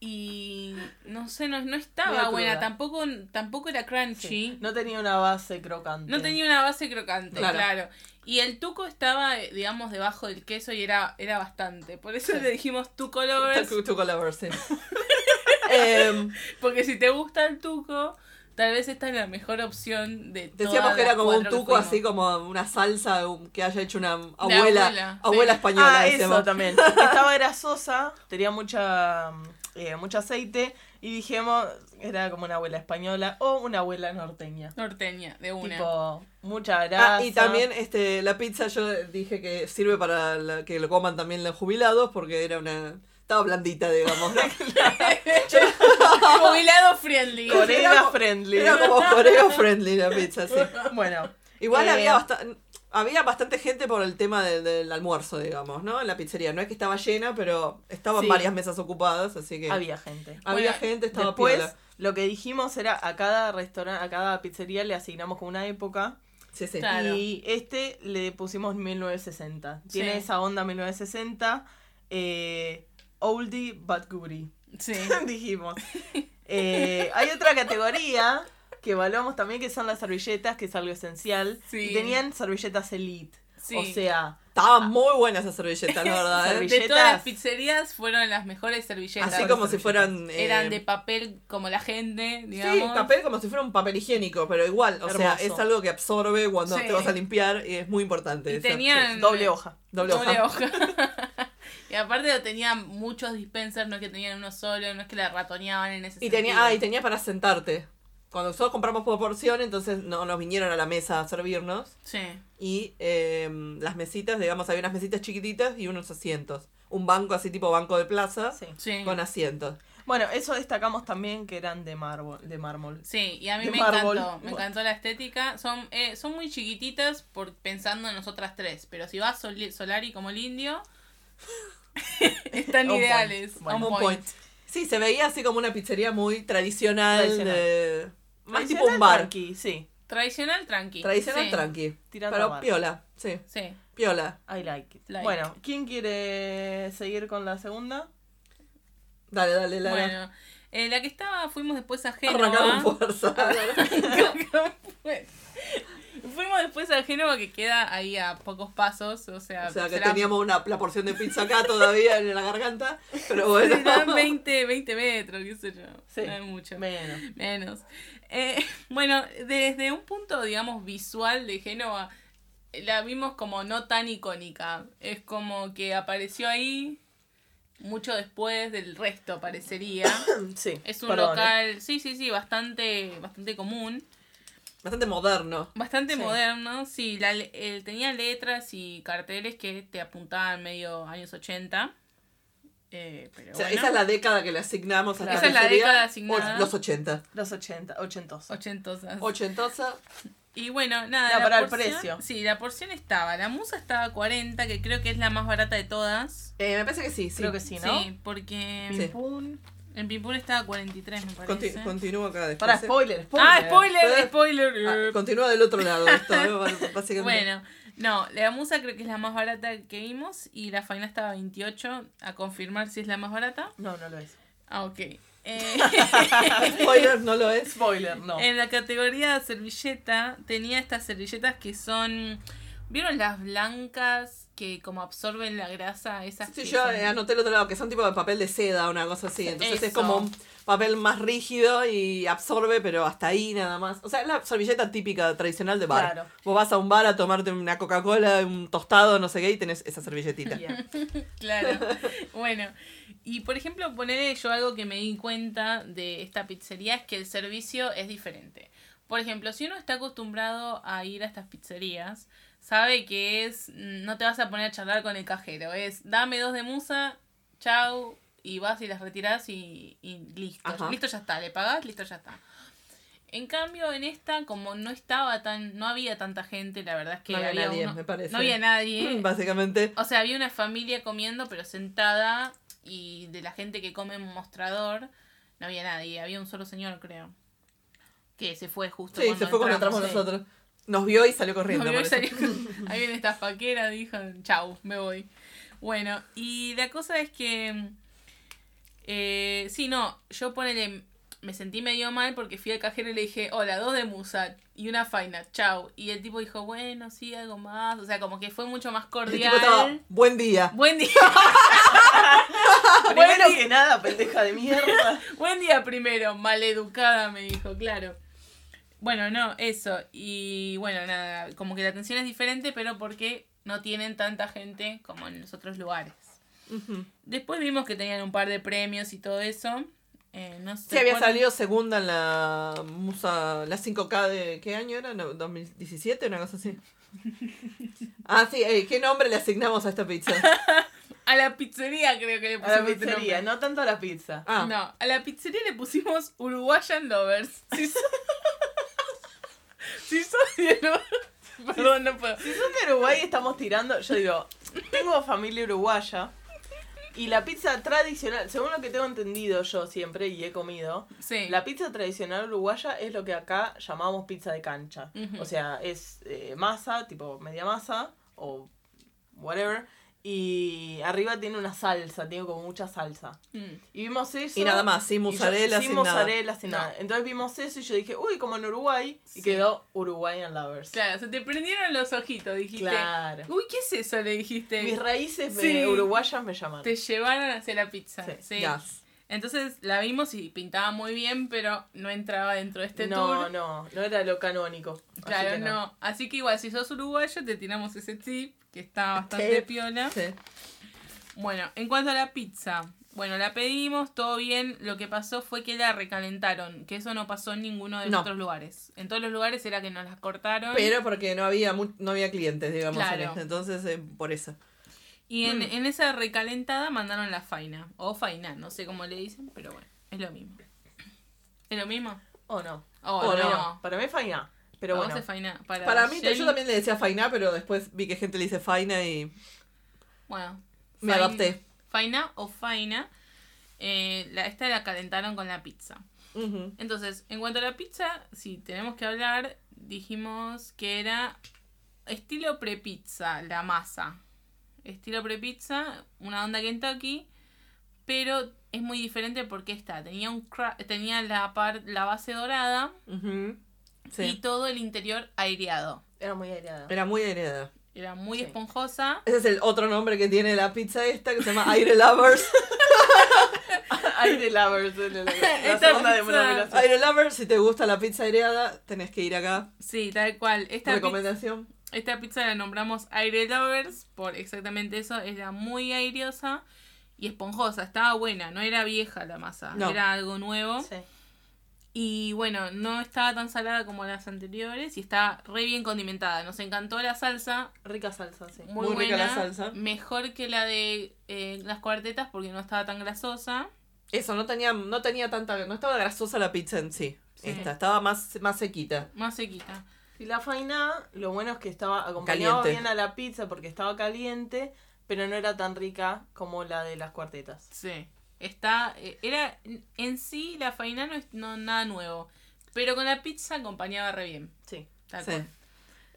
Speaker 3: y no sé, no, no
Speaker 2: Medio
Speaker 3: estaba
Speaker 2: cruda.
Speaker 3: buena, tampoco, tampoco era crunchy.
Speaker 2: Sí, No tenía una base crocante.
Speaker 3: No tenía una base crocante, claro.
Speaker 1: Claro.
Speaker 3: Y el tuco estaba, eh, digamos, debajo del queso y era, era bastante. Por eso
Speaker 2: Sí.
Speaker 3: le dijimos tuco
Speaker 2: Pues-
Speaker 3: lovers,
Speaker 1: Tuco- tuco lover, sí. Em,
Speaker 3: porque si te gusta el tuco, tal vez esta es la mejor opción de todas
Speaker 1: decíamos que
Speaker 3: las
Speaker 1: era como un
Speaker 3: cuatro que
Speaker 1: tuco
Speaker 3: fuimos.
Speaker 1: así como una salsa un- que haya hecho una abuela
Speaker 3: abuela,
Speaker 1: abuela,
Speaker 3: sí.
Speaker 1: española
Speaker 2: ah,
Speaker 1: decíamos.
Speaker 2: eso también. Estaba grasosa, tenía mucha mm, eh, mucho aceite y dijimos, era como una abuela española o una abuela norteña.
Speaker 3: Norteña, de una.
Speaker 2: Tipo, mucha grasa.
Speaker 1: Ah, y también este la pizza yo dije que sirve para la- que lo coman también los jubilados porque era una estaba blandita digamos ¿no? Yo-
Speaker 3: Jubilado friendly.
Speaker 1: Era
Speaker 2: Corea
Speaker 1: como-
Speaker 2: friendly.
Speaker 1: Era como coreo friendly la pizza, sí.
Speaker 2: Bueno,
Speaker 1: Igual
Speaker 2: Eh,
Speaker 1: había, basta- había bastante gente por el tema del, del almuerzo, digamos, ¿no? En la pizzería. No es que estaba llena, pero estaban
Speaker 2: Sí.
Speaker 1: varias mesas ocupadas, así que
Speaker 2: había gente.
Speaker 1: había
Speaker 3: Bueno,
Speaker 1: gente, estaba
Speaker 2: Después,
Speaker 1: piola.
Speaker 2: lo que dijimos era a cada restaurante, a cada pizzería le asignamos como una época.
Speaker 1: Sí, sí.
Speaker 3: Claro.
Speaker 2: Y este le pusimos 1960. Tiene
Speaker 3: Sí.
Speaker 2: esa onda 1960. Eh, oldie but goodie.
Speaker 3: Sí.
Speaker 2: dijimos. Eh, hay otra categoría que evaluamos también que son las servilletas, que es algo esencial.
Speaker 3: Sí.
Speaker 2: Y tenían servilletas elite.
Speaker 3: Sí.
Speaker 2: O sea,
Speaker 1: Estaban muy buenas esas servilletas, la verdad. ¿eh?
Speaker 2: Servilletas.
Speaker 3: De todas las pizzerías fueron las mejores servilletas.
Speaker 1: Así como si fueran... eh,
Speaker 3: Eran de papel como la gente, digamos.
Speaker 1: Sí, papel como si fuera un papel higiénico, pero igual, o sea,
Speaker 2: Hermoso.
Speaker 1: es algo que absorbe cuando
Speaker 3: Sí.
Speaker 1: te vas a limpiar y es muy importante.
Speaker 3: Y
Speaker 1: eso.
Speaker 3: tenían-
Speaker 1: Sí.
Speaker 2: doble hoja.
Speaker 1: Doble hoja.
Speaker 3: Doble hoja. y aparte lo tenían muchos dispensers, no es que tenían uno solo, no es que la ratoneaban en ese
Speaker 1: Y tenía,
Speaker 3: sentido.
Speaker 1: ah, y tenía para sentarte. Cuando nosotros compramos por porción, entonces no nos vinieron a la mesa a servirnos.
Speaker 3: Sí.
Speaker 1: Y eh, las mesitas, digamos, había unas mesitas chiquititas y unos asientos. Un banco así tipo banco de plaza
Speaker 2: Sí.
Speaker 3: Sí.
Speaker 1: con asientos.
Speaker 2: Bueno, eso destacamos también que eran de mármol. De mármol.
Speaker 3: Sí, y a mí
Speaker 2: De
Speaker 3: me
Speaker 2: mármol.
Speaker 3: encantó, me encantó la estética. Son, eh, son muy chiquititas por pensando en nosotras tres, pero si vas Sol- Solari como el indio, están
Speaker 2: On point.
Speaker 3: ideales.
Speaker 2: Bueno,
Speaker 3: on
Speaker 1: On
Speaker 3: point.
Speaker 1: point. Sí, se veía así como una pizzería muy tradicional,
Speaker 2: Tradicional.
Speaker 1: de- más tipo
Speaker 2: Tradicional
Speaker 1: un bar.
Speaker 2: tranqui, sí.
Speaker 3: Tradicional tranqui.
Speaker 1: Tradicional
Speaker 3: Sí,
Speaker 1: tranqui.
Speaker 2: Tirando a
Speaker 1: Pero
Speaker 2: bar.
Speaker 1: piola, sí,
Speaker 3: Sí.
Speaker 1: piola.
Speaker 2: I like it.
Speaker 3: Like.
Speaker 2: Bueno, ¿quién quiere seguir con la segunda?
Speaker 1: Dale, dale, Lara.
Speaker 3: Bueno, eh, la que estaba, fuimos después a
Speaker 1: Arrancaron
Speaker 3: Génova.
Speaker 1: fuerza.
Speaker 3: Fuimos después a Génova que queda ahí a pocos pasos, o sea,
Speaker 1: o sea, que
Speaker 3: será-
Speaker 1: teníamos una, la porción de pizza acá todavía en la garganta. Pero bueno.
Speaker 3: serán 20, 20 metros, qué sé yo.
Speaker 2: Sí.
Speaker 3: No es mucho.
Speaker 2: Bueno.
Speaker 3: Menos. Eh, bueno, desde un punto, digamos, visual de Génova, la vimos como no tan icónica. Es como que apareció ahí mucho después del resto, parecería.
Speaker 2: Mm, Sí.
Speaker 3: Es un
Speaker 2: perdón, ¿eh?
Speaker 3: local, sí, sí, sí, bastante, bastante común.
Speaker 1: Bastante moderno.
Speaker 3: Bastante
Speaker 2: Sí.
Speaker 3: moderno, sí. La, le- eh, tenía letras y carteles que te apuntaban medio años 80. Eh, pero
Speaker 1: O sea,
Speaker 3: bueno,
Speaker 1: esa es la década que le asignamos a esta
Speaker 3: Esa es la
Speaker 1: pizzería.
Speaker 3: década asignada.
Speaker 1: O- Los 80.
Speaker 2: Los 80, 80.
Speaker 3: ochentosas.
Speaker 1: Ochentosa.
Speaker 3: Y bueno, nada.
Speaker 2: No, para el
Speaker 3: porción-
Speaker 2: precio.
Speaker 3: Sí, la porción estaba. La musa estaba a 40, que creo que es la más barata de todas.
Speaker 1: Eh, me parece que sí, sí.
Speaker 2: Creo que Pues sí, ¿no?
Speaker 3: Sí, porque
Speaker 1: Sí.
Speaker 2: Pum.
Speaker 3: en Pimpur estaba a 43, me
Speaker 1: Conti-
Speaker 3: parece.
Speaker 1: continúa acá después.
Speaker 2: Para
Speaker 1: ¿eh?
Speaker 2: spoiler, spoiler.
Speaker 3: ah, spoiler,
Speaker 1: Puede-
Speaker 3: spoiler.
Speaker 1: Ah, continúa del otro lado esto, ¿no? Básicamente.
Speaker 3: Bueno, no, la musa creo que es la más barata que vimos y la faina estaba a 28, a confirmar si es la más barata.
Speaker 2: No, no lo es.
Speaker 3: Ah, ok. Eh,
Speaker 1: Spoiler no lo es.
Speaker 2: Spoiler, no.
Speaker 3: en la categoría servilleta tenía estas servilletas que son, ¿vieron las blancas que como absorben la grasa? Esas
Speaker 1: Sí,
Speaker 3: que
Speaker 1: yo
Speaker 3: son-
Speaker 1: eh, anoté el otro lado, que son tipo de papel de seda, una cosa así. Entonces es
Speaker 3: Eso.
Speaker 1: como un papel más rígido y absorbe, pero hasta ahí nada más. O sea, es la servilleta típica, tradicional de bar.
Speaker 2: Claro.
Speaker 1: Vos vas a un bar a tomarte una Coca-Cola, un tostado, no sé qué, y tenés esa servilletita.
Speaker 2: Yeah.
Speaker 3: Claro. Bueno, y por ejemplo, ponerle yo algo que me di cuenta de esta pizzería es que el servicio es diferente. Por ejemplo, si uno está acostumbrado a ir a estas pizzerías, sabe que es, mm, no te vas a poner a charlar con el cajero, es dame dos de musa, chau, y vas y las retirás y, y listo.
Speaker 1: Ajá.
Speaker 3: Listo ya está, le pagás, listo ya está. En cambio, en esta, como no estaba tan, no había tanta gente, la verdad es que
Speaker 1: No había nadie,
Speaker 3: uno-
Speaker 1: me parece.
Speaker 3: No había nadie.
Speaker 1: Básicamente.
Speaker 3: O sea, había una familia comiendo, pero sentada, y de la gente que come en un mostrador, no había nadie, había un solo señor, creo. Que se fue justo.
Speaker 1: Sí, se fue cuando entramos nosotros. Nos vio y salió
Speaker 3: Sí.
Speaker 1: corriendo.
Speaker 3: Nos vio y
Speaker 1: parece.
Speaker 3: salió. Ahí viene esta faquera, dijo, chau, me voy. Bueno, y la cosa es que. eh, sí, no, yo ponele. Me sentí medio mal porque fui al cajero y le dije, hola, dos de musa y una faina, chau. Y el tipo dijo, bueno, sí, algo más. O sea, como que fue mucho más
Speaker 1: El
Speaker 3: cordial.
Speaker 1: tipo estaba, buen día.
Speaker 3: Buen día.
Speaker 2: Primero que nada, pendeja de mierda.
Speaker 3: Buen día primero, maleducada, me dijo, claro. Bueno, no, eso. Y bueno, nada, como que la atención es diferente, pero porque no tienen tanta gente como en los otros lugares.
Speaker 1: Ujú.
Speaker 3: Después vimos que tenían un par de premios y todo eso. Eh, no sé
Speaker 1: Sí, había
Speaker 3: cuándo-
Speaker 1: salido segunda en la Musa, la 5K de qué año era, No, 2017, una cosa así. Ah, sí, eh, ¿qué nombre le asignamos a esta pizza?
Speaker 3: A la pizzería creo que le
Speaker 2: A
Speaker 3: pusimos
Speaker 2: la
Speaker 3: este
Speaker 2: pizzería,
Speaker 3: nombre.
Speaker 2: no tanto a la pizza.
Speaker 1: Ah,
Speaker 3: No, a la pizzería le pusimos Uruguayan Lovers. Si sos, si sos de Uruguay- Perdón, no puedo.
Speaker 2: Si son de Uruguay estamos tirando, yo digo, tengo familia uruguaya y la pizza tradicional, según lo que tengo entendido yo siempre y he comido,
Speaker 3: Sí.
Speaker 2: la pizza tradicional uruguaya es lo que acá llamamos pizza de cancha.
Speaker 3: Ujú.
Speaker 2: O sea, es eh, masa, tipo media masa o whatever, y arriba tiene una salsa, tiene como mucha salsa.
Speaker 3: Mm.
Speaker 2: Y vimos eso.
Speaker 1: Y nada más, sin
Speaker 2: y yo-
Speaker 1: mozzarella,
Speaker 2: sin,
Speaker 1: sin nada.
Speaker 2: mozzarella, sin nada. Entonces vimos eso y yo dije, uy, como en Uruguay.
Speaker 3: Sí.
Speaker 2: Y quedó Uruguayan Lovers.
Speaker 3: Claro, se te prendieron los ojitos, dijiste.
Speaker 2: Claro.
Speaker 3: Uy, ¿qué es eso? Le dijiste.
Speaker 2: Mis raíces me-
Speaker 3: Sí.
Speaker 2: uruguayas me llaman.
Speaker 3: Te llevaron hacia la pizza.
Speaker 2: Sí.
Speaker 3: Sí.
Speaker 1: gas.
Speaker 3: Entonces la vimos y pintaba muy bien, pero no entraba dentro de este
Speaker 2: no,
Speaker 3: tour.
Speaker 2: no, no era lo canónico. así
Speaker 3: Claro,
Speaker 2: que
Speaker 3: no. Así que igual, si sos uruguayo, te tiramos ese tip, que está bastante
Speaker 1: Tip.
Speaker 3: piola.
Speaker 1: Sí.
Speaker 3: Bueno, en cuanto a la pizza, bueno, la pedimos, todo bien. Lo que pasó fue que la recalentaron, que eso no pasó en ninguno de los
Speaker 1: No.
Speaker 3: otros lugares. En todos los lugares era que nos las cortaron.
Speaker 1: Pero porque no había mu- no había clientes, digamos,
Speaker 3: Claro.
Speaker 1: en este. Entonces, eh, por eso.
Speaker 3: Y en,
Speaker 1: Hmm.
Speaker 3: en esa recalentada mandaron la faina. O faina, no sé cómo le dicen, pero bueno, es lo mismo. ¿Es lo mismo?
Speaker 2: ¿O no?
Speaker 3: Oh,
Speaker 2: O
Speaker 3: no.
Speaker 2: no. Para mí es faina. Pero
Speaker 3: Para
Speaker 2: bueno.
Speaker 3: vos es faina. Para,
Speaker 1: Para mí,
Speaker 3: Jenny-
Speaker 1: yo también le decía faina, pero después vi que gente le dice faina y
Speaker 3: Bueno.
Speaker 1: Me
Speaker 3: fain-
Speaker 1: adapté.
Speaker 3: Faina o faina. eh, la, esta la calentaron con la pizza.
Speaker 1: Ujú.
Speaker 3: Entonces, en cuanto a la pizza, si tenemos que hablar, dijimos que era estilo prepizza, la masa. Estilo prepizza, una onda Kentucky, pero es muy diferente porque esta tenía un cra- tenía la par- la base dorada
Speaker 1: Ujú.
Speaker 3: y
Speaker 1: Sí.
Speaker 3: todo el interior aireado.
Speaker 2: Era muy aireada.
Speaker 1: Era muy heredada.
Speaker 3: Era muy
Speaker 2: Sí.
Speaker 3: esponjosa.
Speaker 1: Ese es el otro nombre que tiene la pizza esta que se llama Aire Lovers.
Speaker 2: Aire lovers. La, la, la
Speaker 3: Esta
Speaker 2: segunda de
Speaker 3: pizza-
Speaker 2: denominación.
Speaker 1: Aire Lovers, si te gusta la pizza aireada, tenés que ir acá.
Speaker 3: Sí, tal cual. Esta pizza-
Speaker 1: Recomendación.
Speaker 3: Esta pizza la nombramos Aire Lovers por exactamente eso. Era muy aireosa y esponjosa. Estaba buena, no era vieja la masa.
Speaker 1: No.
Speaker 3: Era algo nuevo.
Speaker 2: Sí.
Speaker 3: Y bueno, no estaba tan salada como las anteriores y está re bien condimentada. Nos encantó la salsa.
Speaker 2: Rica salsa, sí.
Speaker 3: Muy,
Speaker 1: Muy
Speaker 3: buena,
Speaker 1: rica la salsa.
Speaker 3: Mejor que la de eh, las cuartetas porque no estaba tan grasosa.
Speaker 1: Eso, no tenía, no tenía tanta, no estaba grasosa la pizza en sí.
Speaker 3: Sí.
Speaker 1: Esta, estaba más, más sequita.
Speaker 3: Más sequita.
Speaker 2: Y la faina, lo bueno es que estaba acompañado
Speaker 1: Caliente.
Speaker 2: bien a la pizza porque estaba caliente, pero no era tan rica como la de las cuartetas.
Speaker 3: Sí. Está, eh, era, en sí la faina no es no, nada nuevo. Pero con la pizza acompañaba re bien.
Speaker 2: Sí.
Speaker 3: Tal
Speaker 1: Sí.
Speaker 3: cual.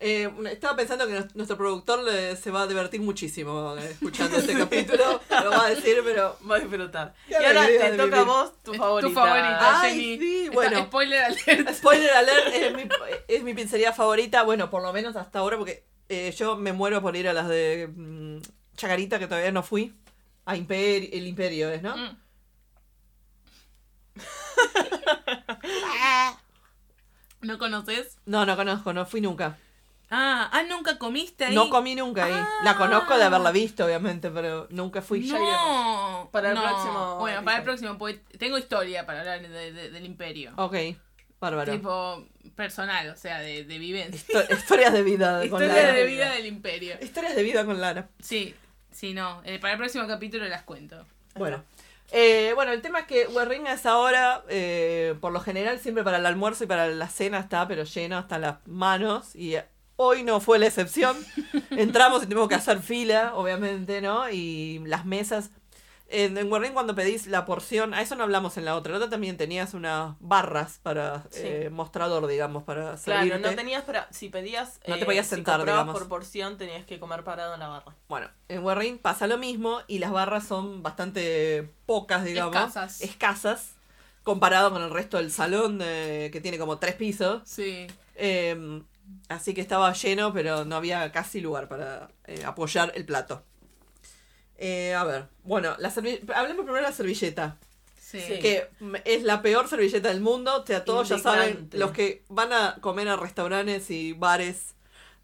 Speaker 1: Eh, estaba pensando que nos- nuestro productor le- se va a divertir muchísimo eh, escuchando este capítulo. Lo va a decir, pero.
Speaker 2: Va a disfrutar. Y
Speaker 1: Qué
Speaker 2: ahora
Speaker 1: alegría
Speaker 2: te
Speaker 1: de
Speaker 2: toca a
Speaker 1: vivir.
Speaker 2: vos tu
Speaker 3: Es
Speaker 2: favorita. Ah,
Speaker 3: Tu favorita,
Speaker 1: Ay,
Speaker 3: Jenny.
Speaker 1: ah, sí,
Speaker 3: Está-
Speaker 1: bueno.
Speaker 3: spoiler alert.
Speaker 1: Spoiler alert, es mi, es mi pizzería favorita. Bueno, por lo menos hasta ahora, porque eh, yo me muero por ir a las de mm, Chacarita, que todavía no fui. A Imperio, el Imperio es, ¿no?
Speaker 3: Mm. ¿No conoces?
Speaker 1: No, no conozco, no fui nunca.
Speaker 3: Ah, ah, nunca comiste ahí.
Speaker 1: No comí nunca ahí. La
Speaker 3: Ah.
Speaker 1: conozco de haberla visto, obviamente, pero nunca fui.
Speaker 2: ya iremos.
Speaker 3: No.
Speaker 2: Para el
Speaker 3: No.
Speaker 2: próximo
Speaker 3: Bueno, para el próximo,
Speaker 2: episodio.
Speaker 3: porque tengo historia para hablar de- de- del imperio.
Speaker 1: Ok, bárbaro.
Speaker 3: Tipo personal, o sea, de, de vivencia.
Speaker 1: Histo- historias de vida con
Speaker 3: Historia
Speaker 1: Lara.
Speaker 3: de vida del imperio.
Speaker 1: Historias de vida con Lara.
Speaker 3: Sí, sí, no. Eh, para el próximo capítulo las cuento.
Speaker 1: Bueno. Eh, bueno, el tema es que Werringa es ahora, eh, por lo general, siempre para el almuerzo y para la cena está, pero lleno hasta las manos. Y eh, hoy no fue la excepción. Entramos y tuvimos que hacer fila, obviamente, ¿no? Y las mesas. En, en Guerrín, cuando pedís la porción, a eso no hablamos en la otra. La otra también tenías unas barras para
Speaker 2: Sí.
Speaker 1: eh, mostrador, digamos, para
Speaker 2: Claro,
Speaker 1: servirte.
Speaker 2: no tenías para. Si pedías.
Speaker 1: Ah,
Speaker 2: eh,
Speaker 1: No te podías
Speaker 2: si
Speaker 1: sentar,
Speaker 2: comprabas
Speaker 1: digamos.
Speaker 2: por porción, tenías que comer parado en la barra.
Speaker 1: Bueno, en Warring pasa lo mismo y las barras son bastante pocas, digamos.
Speaker 3: Escasas.
Speaker 1: Escasas, comparado con el resto del salón, de- que tiene como tres pisos.
Speaker 3: Sí.
Speaker 1: Eh, así que estaba lleno, pero no había casi lugar para eh, apoyar el plato. Eh, a ver, bueno, la servi- hablemos primero de la servilleta,
Speaker 3: Sí.
Speaker 2: Sí.
Speaker 1: que m- es la peor servilleta del mundo. O sea, todos ya saben,
Speaker 2: Indignante.
Speaker 1: los que van a comer a restaurantes y bares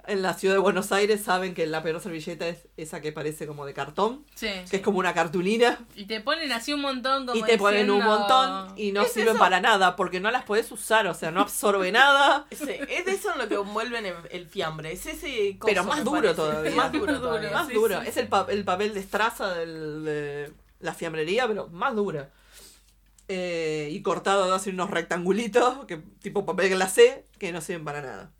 Speaker 1: en la ciudad de Buenos Aires saben que la peor servilleta es esa que parece como de cartón,
Speaker 3: Sí.
Speaker 1: que es como una cartulina,
Speaker 3: Y te ponen así un montón como
Speaker 1: y te ponen un
Speaker 3: diciendo-
Speaker 1: montón y no
Speaker 2: ¿Es
Speaker 1: sirven
Speaker 2: eso?
Speaker 1: para nada, porque no las podés usar, o sea, no absorbe nada.
Speaker 2: Sí, es de eso en lo que envuelven el, el fiambre. Es ese coso,
Speaker 1: Pero más
Speaker 2: me
Speaker 1: duro todavía.
Speaker 2: Más duro todavía.
Speaker 1: Más
Speaker 3: sí,
Speaker 1: duro,
Speaker 3: sí,
Speaker 1: es el, pa- el papel de estraza del- de la fiambrería, pero más dura. Eh, y cortado así unos rectangulitos, que, tipo papel glacé, que no sirven para nada.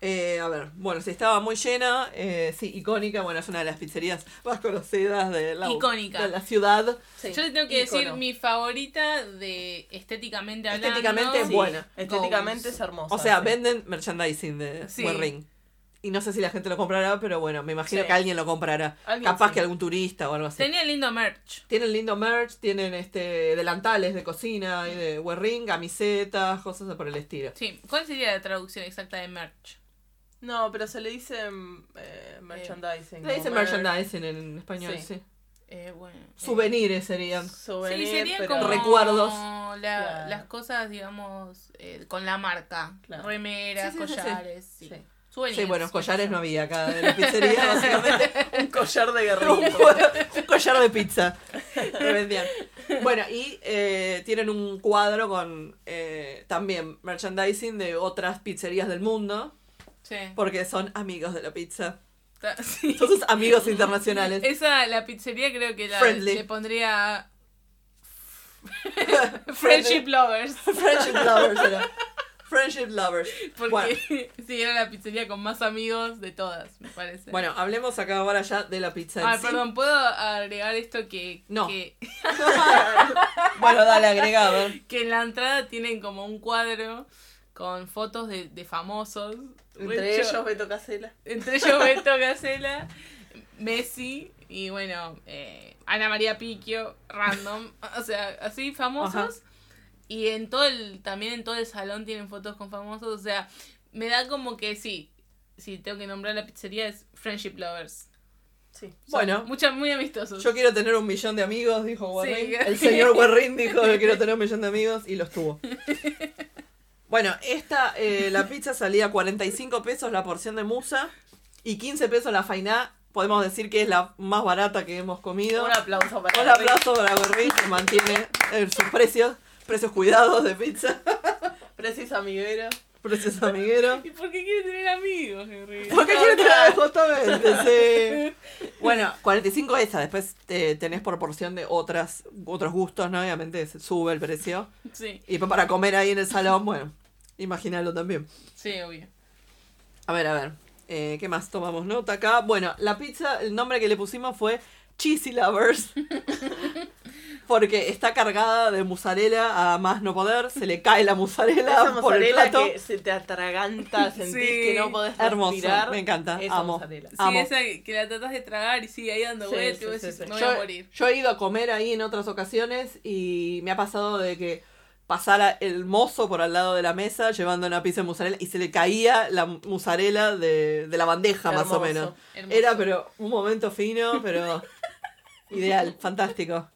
Speaker 1: Eh, a ver, bueno, si estaba muy llena, eh, sí, icónica, bueno, es una de las pizzerías más conocidas de la,
Speaker 3: Icónica.
Speaker 1: de la ciudad.
Speaker 2: Sí,
Speaker 3: Yo te tengo que decir
Speaker 2: ícono.
Speaker 3: mi favorita de estéticamente hablando.
Speaker 1: Estéticamente es
Speaker 2: Sí,
Speaker 1: buena.
Speaker 2: Estéticamente
Speaker 3: Goals.
Speaker 2: es hermosa.
Speaker 1: O sea,
Speaker 2: sí.
Speaker 1: venden merchandising de
Speaker 3: Sí.
Speaker 1: Werring. Y no sé si la gente lo comprará, pero bueno, me imagino
Speaker 2: Sí.
Speaker 1: que alguien lo comprará.
Speaker 2: Alguien
Speaker 1: Capaz
Speaker 2: sí.
Speaker 1: que algún turista o algo así.
Speaker 3: Tenía lindo merch.
Speaker 1: Tienen lindo merch, tienen este delantales de cocina y de Werring, camisetas, cosas por el estilo.
Speaker 3: Sí. ¿Cuál sería la traducción exacta de merch?
Speaker 2: No, pero se le dice mm, eh, merchandising.
Speaker 1: Le dicen
Speaker 2: como mer-
Speaker 1: merchandising en español, sí.
Speaker 2: Sí.
Speaker 3: Eh, bueno. eh,
Speaker 1: Souvenirs serían.
Speaker 2: souvenir,
Speaker 3: sí, serían
Speaker 2: pero-
Speaker 3: como
Speaker 1: Recuerdos.
Speaker 3: la-
Speaker 2: Claro.
Speaker 3: las cosas, digamos, eh, con la marca.
Speaker 2: Claro.
Speaker 3: Remeras,
Speaker 1: Sí, sí, sí, sí.
Speaker 3: collares. Sí.
Speaker 2: Sí.
Speaker 3: Souvenirs.
Speaker 1: Sí, bueno, collares no había acá en la pizzería, básicamente.
Speaker 2: Un collar de
Speaker 1: un,
Speaker 2: guerrero.
Speaker 1: co- un collar de pizza que vendían. Bueno, y eh, tienen un cuadro con eh, también merchandising de otras pizzerías del mundo,
Speaker 3: Sí.
Speaker 1: porque son amigos de la pizza.
Speaker 3: Ta- sí.
Speaker 1: Son sus amigos internacionales.
Speaker 3: Esa, la pizzería creo que la,
Speaker 1: Friendly.
Speaker 3: le pondría Friendship Lovers.
Speaker 1: Friendship lovers era. Friendship lovers.
Speaker 3: Porque
Speaker 1: Bueno.
Speaker 3: sí, era la pizzería con más amigos de todas, me parece.
Speaker 1: Bueno, hablemos acá ahora ya de la pizza. en
Speaker 3: Ah,
Speaker 1: sí.
Speaker 3: perdón, ¿puedo agregar esto que,
Speaker 1: No.
Speaker 3: que,
Speaker 1: Bueno, dale, agregado.
Speaker 3: que en la entrada tienen como un cuadro con fotos de, de famosos?
Speaker 2: Entre
Speaker 3: Yo-
Speaker 2: ellos Beto Casela.
Speaker 3: Entre ellos Beto Casella, Messi y bueno, eh, Ana María Picchio, random, o sea, así famosos. Y en todo el, también en todo el salón tienen fotos con famosos, o sea, me da como que sí, si tengo que nombrar la pizzería es Friendship Lovers.
Speaker 2: Sí.
Speaker 1: Bueno,
Speaker 3: Mucha, muy amistosos.
Speaker 1: Yo quiero tener un millón de amigos, dijo Warren.
Speaker 3: Sí.
Speaker 1: El señor Warren dijo que quiero tener un millón de amigos y los tuvo. Bueno, esta, eh, la pizza salía 45 pesos la porción de musa y 15 pesos la fainá. Podemos decir que es la más barata que hemos comido.
Speaker 2: Un aplauso para
Speaker 1: Un aplauso para Warren que mantiene eh, sus precios, precios cuidados de pizza,
Speaker 2: Precis amiguero.
Speaker 1: precios amigueros.
Speaker 3: ¿Y por qué quiere tener amigos, Henry?
Speaker 1: ¿Por qué quiere traer justamente? Sí. Bueno, 45 esa, después eh, tenés por porción de otras otros gustos, ¿no? Obviamente se sube el precio.
Speaker 3: Sí,
Speaker 1: Y pa- para comer ahí en el salón, bueno, imagínalo también.
Speaker 3: sí, obvio.
Speaker 1: A ver, a ver, eh, ¿qué más tomamos nota acá? Bueno, la pizza, el nombre que le pusimos fue Cheesy Lovers. Porque está cargada de mozzarella a más no poder, se le cae la mozzarella,
Speaker 2: Esa
Speaker 1: Ah, por el
Speaker 2: mozzarella
Speaker 1: plato.
Speaker 2: que se te atraganta, sentís
Speaker 3: Sí.
Speaker 2: que no podés
Speaker 1: Hermoso,
Speaker 2: respirar.
Speaker 1: me encanta,
Speaker 2: Esa
Speaker 1: amo.
Speaker 2: mozzarella.
Speaker 3: Sí,
Speaker 1: Amo.
Speaker 3: esa que la tratas de tragar y sigue ahí dando
Speaker 2: Sí,
Speaker 3: vueltas
Speaker 2: sí,
Speaker 3: y vos
Speaker 2: sí,
Speaker 3: decís,
Speaker 2: sí.
Speaker 3: me voy
Speaker 1: yo,
Speaker 3: a morir.
Speaker 1: yo he ido a comer ahí en otras ocasiones y me ha pasado de que pasara el mozo por al lado de la mesa llevando una pizza de mozzarella y se le caía la mozzarella de, de la bandeja, más o
Speaker 2: Hermoso.
Speaker 1: menos.
Speaker 3: Hermoso.
Speaker 1: Era, pero un momento fino, pero ideal, fantástico.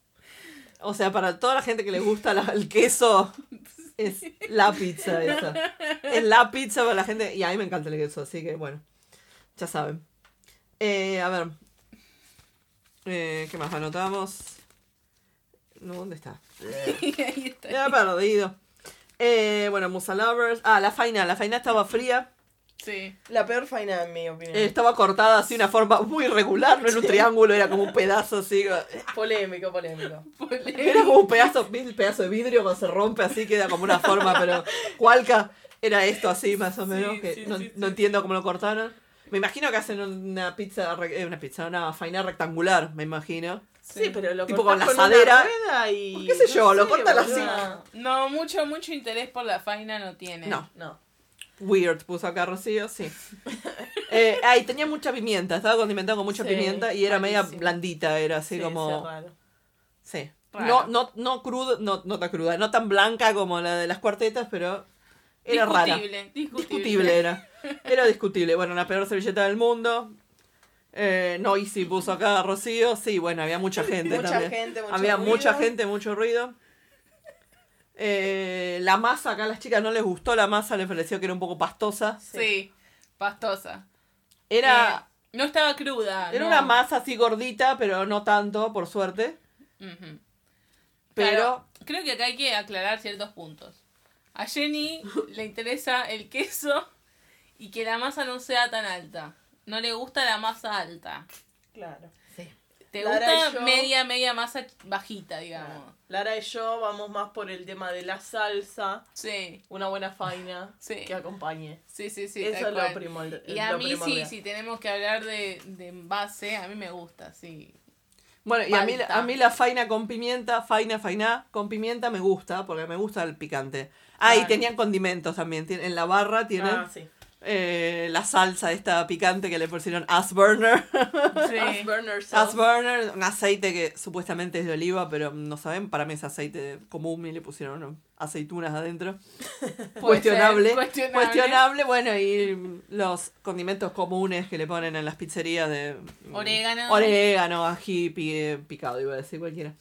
Speaker 1: O sea, para toda la gente que le gusta la- el queso, es la pizza esa. Es la pizza para la gente. Y a mí me encanta el queso, así que bueno, ya saben. Eh, a ver. Eh, ¿Qué más anotamos? No, ¿dónde está?
Speaker 3: ahí está.
Speaker 1: Ya he perdido. Eh, bueno, Musa Lovers. Ah, la faina. La faina estaba fría.
Speaker 3: Sí.
Speaker 2: La peor faena, en mi opinión.
Speaker 1: Eh, estaba cortada así de una forma muy irregular, no en un triángulo, era como un pedazo así. eh,
Speaker 2: Polémico, polémico.
Speaker 1: Era como un
Speaker 3: Eh.
Speaker 1: pedazo, mil pedazo de vidrio cuando se rompe así, queda como una forma, pero cualca era esto así más o menos,
Speaker 3: Sí,
Speaker 1: que
Speaker 3: sí,
Speaker 1: no,
Speaker 3: sí,
Speaker 1: no
Speaker 3: sí.
Speaker 1: entiendo cómo lo cortaron. Me imagino que hacen una pizza, re- eh, una pizza, una faina rectangular, me imagino.
Speaker 2: Sí, pero lo
Speaker 1: Tipo
Speaker 2: cortás
Speaker 1: con la
Speaker 2: una
Speaker 1: asadera.
Speaker 2: rueda y...
Speaker 1: ¿Qué sé yo? Lo cortan así.
Speaker 2: boluda.
Speaker 3: No, mucho, mucho interés por la faina no tiene.
Speaker 1: No,
Speaker 2: No.
Speaker 1: weird, puso acá Rocío, sí. Eh, ay, tenía mucha pimienta, estaba condimentado con mucha
Speaker 2: Sí,
Speaker 1: pimienta y era media
Speaker 2: malísimo.
Speaker 1: blandita, era así
Speaker 2: Sí,
Speaker 1: como...
Speaker 2: sí, raro.
Speaker 1: Sí.
Speaker 3: Raro.
Speaker 1: No, no, no crudo, no, no tan cruda, no tan blanca como la de las cuartetas, pero era rara.
Speaker 3: discutible, Discutible.
Speaker 1: Discutible era. Era discutible. Bueno, la peor servilleta del mundo. Eh, no, y si puso acá a Rocío. Sí, bueno, había mucha gente
Speaker 2: Mucha
Speaker 1: también.
Speaker 2: gente, mucho
Speaker 1: había
Speaker 2: ruido.
Speaker 1: mucha gente, mucho ruido. Eh, la masa acá a las chicas no les gustó la masa, les pareció que era un poco pastosa.
Speaker 3: Sí. pastosa.
Speaker 1: Era,
Speaker 3: Eh, no estaba cruda.
Speaker 1: era
Speaker 3: no.
Speaker 1: una masa así gordita, pero no tanto, por suerte.
Speaker 3: Ujú.
Speaker 1: Pero
Speaker 3: Claro, creo que acá hay que aclarar ciertos puntos. A Jenny le interesa el queso y que la masa no sea tan alta. No le gusta la masa alta.
Speaker 2: Claro.
Speaker 3: Te
Speaker 2: Lara y
Speaker 3: gusta
Speaker 2: yo-
Speaker 3: media, media masa bajita, digamos.
Speaker 2: Claro. Lara y yo vamos más por el tema de la salsa,
Speaker 3: Sí,
Speaker 2: una buena faina
Speaker 3: Sí.
Speaker 2: que acompañe.
Speaker 3: sí, sí, sí.
Speaker 2: Eso
Speaker 3: tal
Speaker 2: es
Speaker 3: cual.
Speaker 2: lo primordial.
Speaker 3: Y a mí sí, si tenemos que hablar de, de base, a mí me gusta, sí.
Speaker 1: bueno, y a mí,
Speaker 3: Falta.
Speaker 1: a mí la faina con pimienta, faina, faina, con pimienta me gusta, porque me gusta el picante. Ah, y
Speaker 3: Claro.
Speaker 1: tenían condimentos también. tien- En la barra tienen
Speaker 2: Ah, sí.
Speaker 1: eh, la salsa esta picante que le pusieron Asburner.
Speaker 2: As
Speaker 3: Sí.
Speaker 2: burner sauce.
Speaker 1: Asburner, un aceite que supuestamente es de oliva, pero no saben, para mí es aceite común y le pusieron aceitunas adentro.
Speaker 3: Puede ser,
Speaker 1: Cuestionable.
Speaker 3: cuestionable.
Speaker 1: Cuestionable, bueno, y los condimentos comunes que le ponen en las pizzerías de...
Speaker 3: Orégano.
Speaker 1: Orégano, ají pi- picado, iba a decir cualquiera.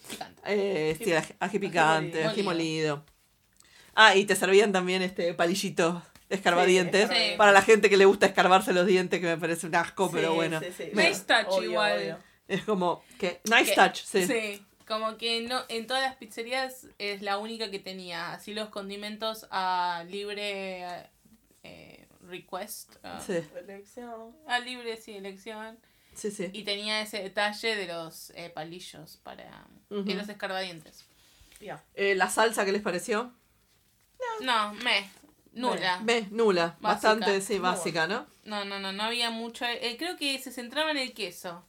Speaker 1: Eh, sí, ají, ají picante, ají
Speaker 3: Ají molido.
Speaker 1: molido. Ah, y te servían también este palillitos escarbadientes.
Speaker 2: Sí,
Speaker 3: escarba-
Speaker 1: Para la gente que le gusta escarbarse los dientes, que me parece un asco, pero
Speaker 2: Sí,
Speaker 1: bueno.
Speaker 2: sí, sí.
Speaker 1: Me-
Speaker 3: Nice touch
Speaker 2: Obvio,
Speaker 3: igual.
Speaker 2: obvio.
Speaker 1: Es como que... Nice
Speaker 3: Que-
Speaker 1: touch, sí.
Speaker 3: Sí. Como que no, en todas las pizzerías es la única que tenía. Así los condimentos a libre eh, request. a-
Speaker 1: Sí,
Speaker 2: Elección.
Speaker 3: A libre, sí, elección.
Speaker 1: sí, sí.
Speaker 3: Y tenía ese detalle de los eh, palillos para.
Speaker 1: Ujú.
Speaker 3: Y los escarbadientes.
Speaker 2: Ya.
Speaker 1: Eh, ¿La salsa qué les pareció?
Speaker 3: No, me. Nula.
Speaker 1: Ve, nula.
Speaker 3: Básica.
Speaker 1: Bastante, sí,
Speaker 2: Muy
Speaker 1: básica, ¿no?
Speaker 3: No, no, no, no había mucho. eh, creo que se centraba en el queso.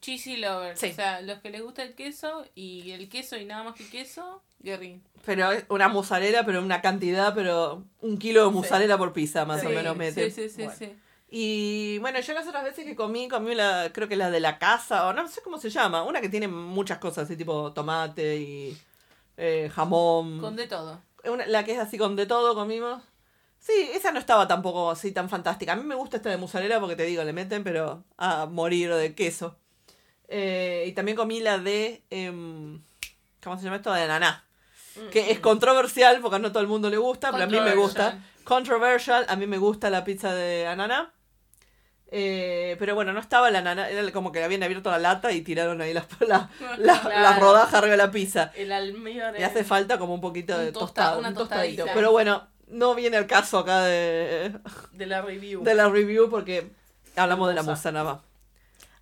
Speaker 3: Cheesy lovers.
Speaker 1: Sí.
Speaker 3: O sea, los que les gusta el queso y el queso y nada más que queso, guerrín.
Speaker 1: Pero es una mozzarella, pero una cantidad, pero un kilo de mozzarella por pizza, más
Speaker 2: Sí,
Speaker 1: o menos mete.
Speaker 3: Sí, sí, sí,
Speaker 2: Bueno.
Speaker 3: sí.
Speaker 1: Y bueno, yo las otras veces que comí, comí la, creo que la de la casa, o no sé cómo se llama, una que tiene muchas cosas, así tipo tomate y eh, jamón.
Speaker 3: Con de todo.
Speaker 1: Una- la que es así con de todo comimos. Sí, esa no estaba tampoco así tan fantástica. A mí me gusta esta de mozzarella porque te digo, le meten, pero a morir de queso. Eh, y también comí la de. em, ¿Cómo se llama esto? De ananá.
Speaker 2: Mm,
Speaker 1: Que
Speaker 3: Mm.
Speaker 1: es controversial porque no todo el mundo le gusta, pero a mí me gusta. Controversial, a mí me gusta la pizza de ananá. Eh, pero bueno, no estaba la ananá, era como que habían abierto la lata y tiraron ahí las la, la-
Speaker 3: Claro.
Speaker 1: las rodajas arriba de la pizza.
Speaker 2: mm. El almíbar.
Speaker 1: Le
Speaker 2: es-
Speaker 1: hace falta como un poquito
Speaker 3: Un
Speaker 1: de
Speaker 3: tosta-
Speaker 1: tostado,
Speaker 3: una
Speaker 1: un tostadito.
Speaker 3: tostadita.
Speaker 1: Pero bueno, no viene el caso acá de,
Speaker 2: De la review.
Speaker 1: de la review porque hablamos de la
Speaker 2: Hermosa.
Speaker 1: musa nada más.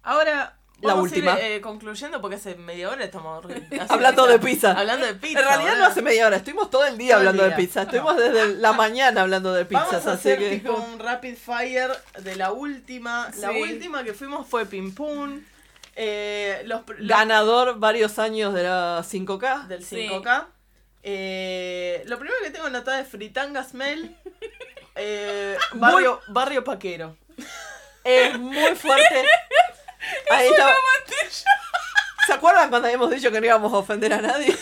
Speaker 2: Ahora.
Speaker 1: La
Speaker 2: vamos a ir,
Speaker 1: última.
Speaker 2: eh, concluyendo porque hace media hora estamos re- haciendo
Speaker 1: Hablando de pizza.
Speaker 2: Hablando de
Speaker 1: En
Speaker 2: pizza.
Speaker 1: realidad no
Speaker 2: boludo.
Speaker 1: hace media hora, estuvimos todo el día
Speaker 2: Todo el
Speaker 1: hablando
Speaker 2: día.
Speaker 1: de pizza. Estuvimos desde la mañana hablando de pizzas,
Speaker 2: Vamos a
Speaker 1: así
Speaker 2: hacer
Speaker 1: que.
Speaker 2: tipo un rapid fire de la última. La
Speaker 3: Sí.
Speaker 2: última que fuimos fue Pim Pum. Eh, los, pr- los-
Speaker 1: Ganador varios años de la 5K.
Speaker 2: del
Speaker 3: Sí.
Speaker 2: 5K. Eh, lo primero que tengo anotado es Fritanga Smell. eh, barrio, barrio Paquero.
Speaker 1: Es muy fuerte. Ahí está. ¿Se acuerdan cuando habíamos dicho que no íbamos a ofender a nadie?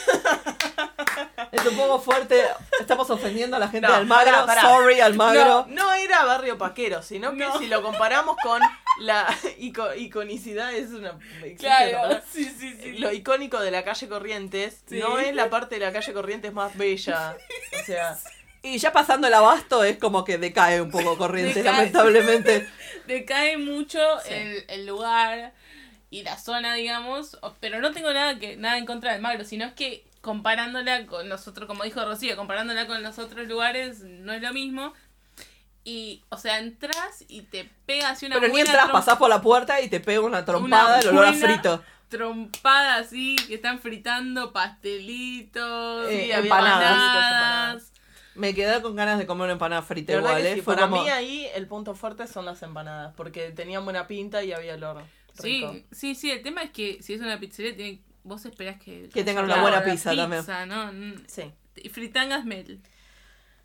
Speaker 1: Es un poco fuerte. Estamos ofendiendo a la gente
Speaker 2: No,
Speaker 1: de Almagro.
Speaker 2: pará, pará.
Speaker 1: Sorry, Almagro.
Speaker 2: No, no era barrio Paquero, sino que
Speaker 3: No.
Speaker 2: si lo comparamos con la ico- iconicidad, es una. existe la
Speaker 3: Claro,
Speaker 2: palabra.
Speaker 3: sí, sí, sí.
Speaker 1: Eh,
Speaker 2: Lo icónico de la calle Corrientes
Speaker 3: Sí.
Speaker 2: no es la parte de la calle Corrientes más bella. O sea,
Speaker 1: Y ya pasando el abasto es como que decae un poco corriente,
Speaker 3: Decae.
Speaker 1: lamentablemente.
Speaker 3: Decae mucho el, el lugar y la zona, digamos, o- pero no tengo nada que nada en contra del Magro, sino es que comparándola con nosotros, como dijo Rocío, comparándola con los otros lugares no es lo mismo. Y, o sea, entras y te pegas y una
Speaker 1: Pero
Speaker 3: buena
Speaker 1: mientras
Speaker 3: trom-
Speaker 1: pasás por la puerta y te pega una trompada, el olor a
Speaker 3: buena-
Speaker 1: frito.
Speaker 3: trompada así, que están fritando pastelitos,
Speaker 1: Eh,
Speaker 3: y
Speaker 1: empanadas.
Speaker 3: empanadas.
Speaker 1: Me quedé con ganas de comer una empanada frita
Speaker 2: de verdad
Speaker 1: igual,
Speaker 2: que
Speaker 1: ¿eh?
Speaker 2: sí,
Speaker 1: Fue
Speaker 2: para
Speaker 1: como-
Speaker 2: mí ahí el punto fuerte son las empanadas, porque tenían buena pinta y había olor
Speaker 3: Sí,
Speaker 2: rico.
Speaker 3: sí, sí, el tema es que si es una pizzería, tiene- vos esperás que...
Speaker 1: Que tengan
Speaker 2: una
Speaker 3: haya
Speaker 2: buena
Speaker 1: pizza también.
Speaker 3: ¿no? Mm,
Speaker 2: Sí.
Speaker 3: Y fritangas mel.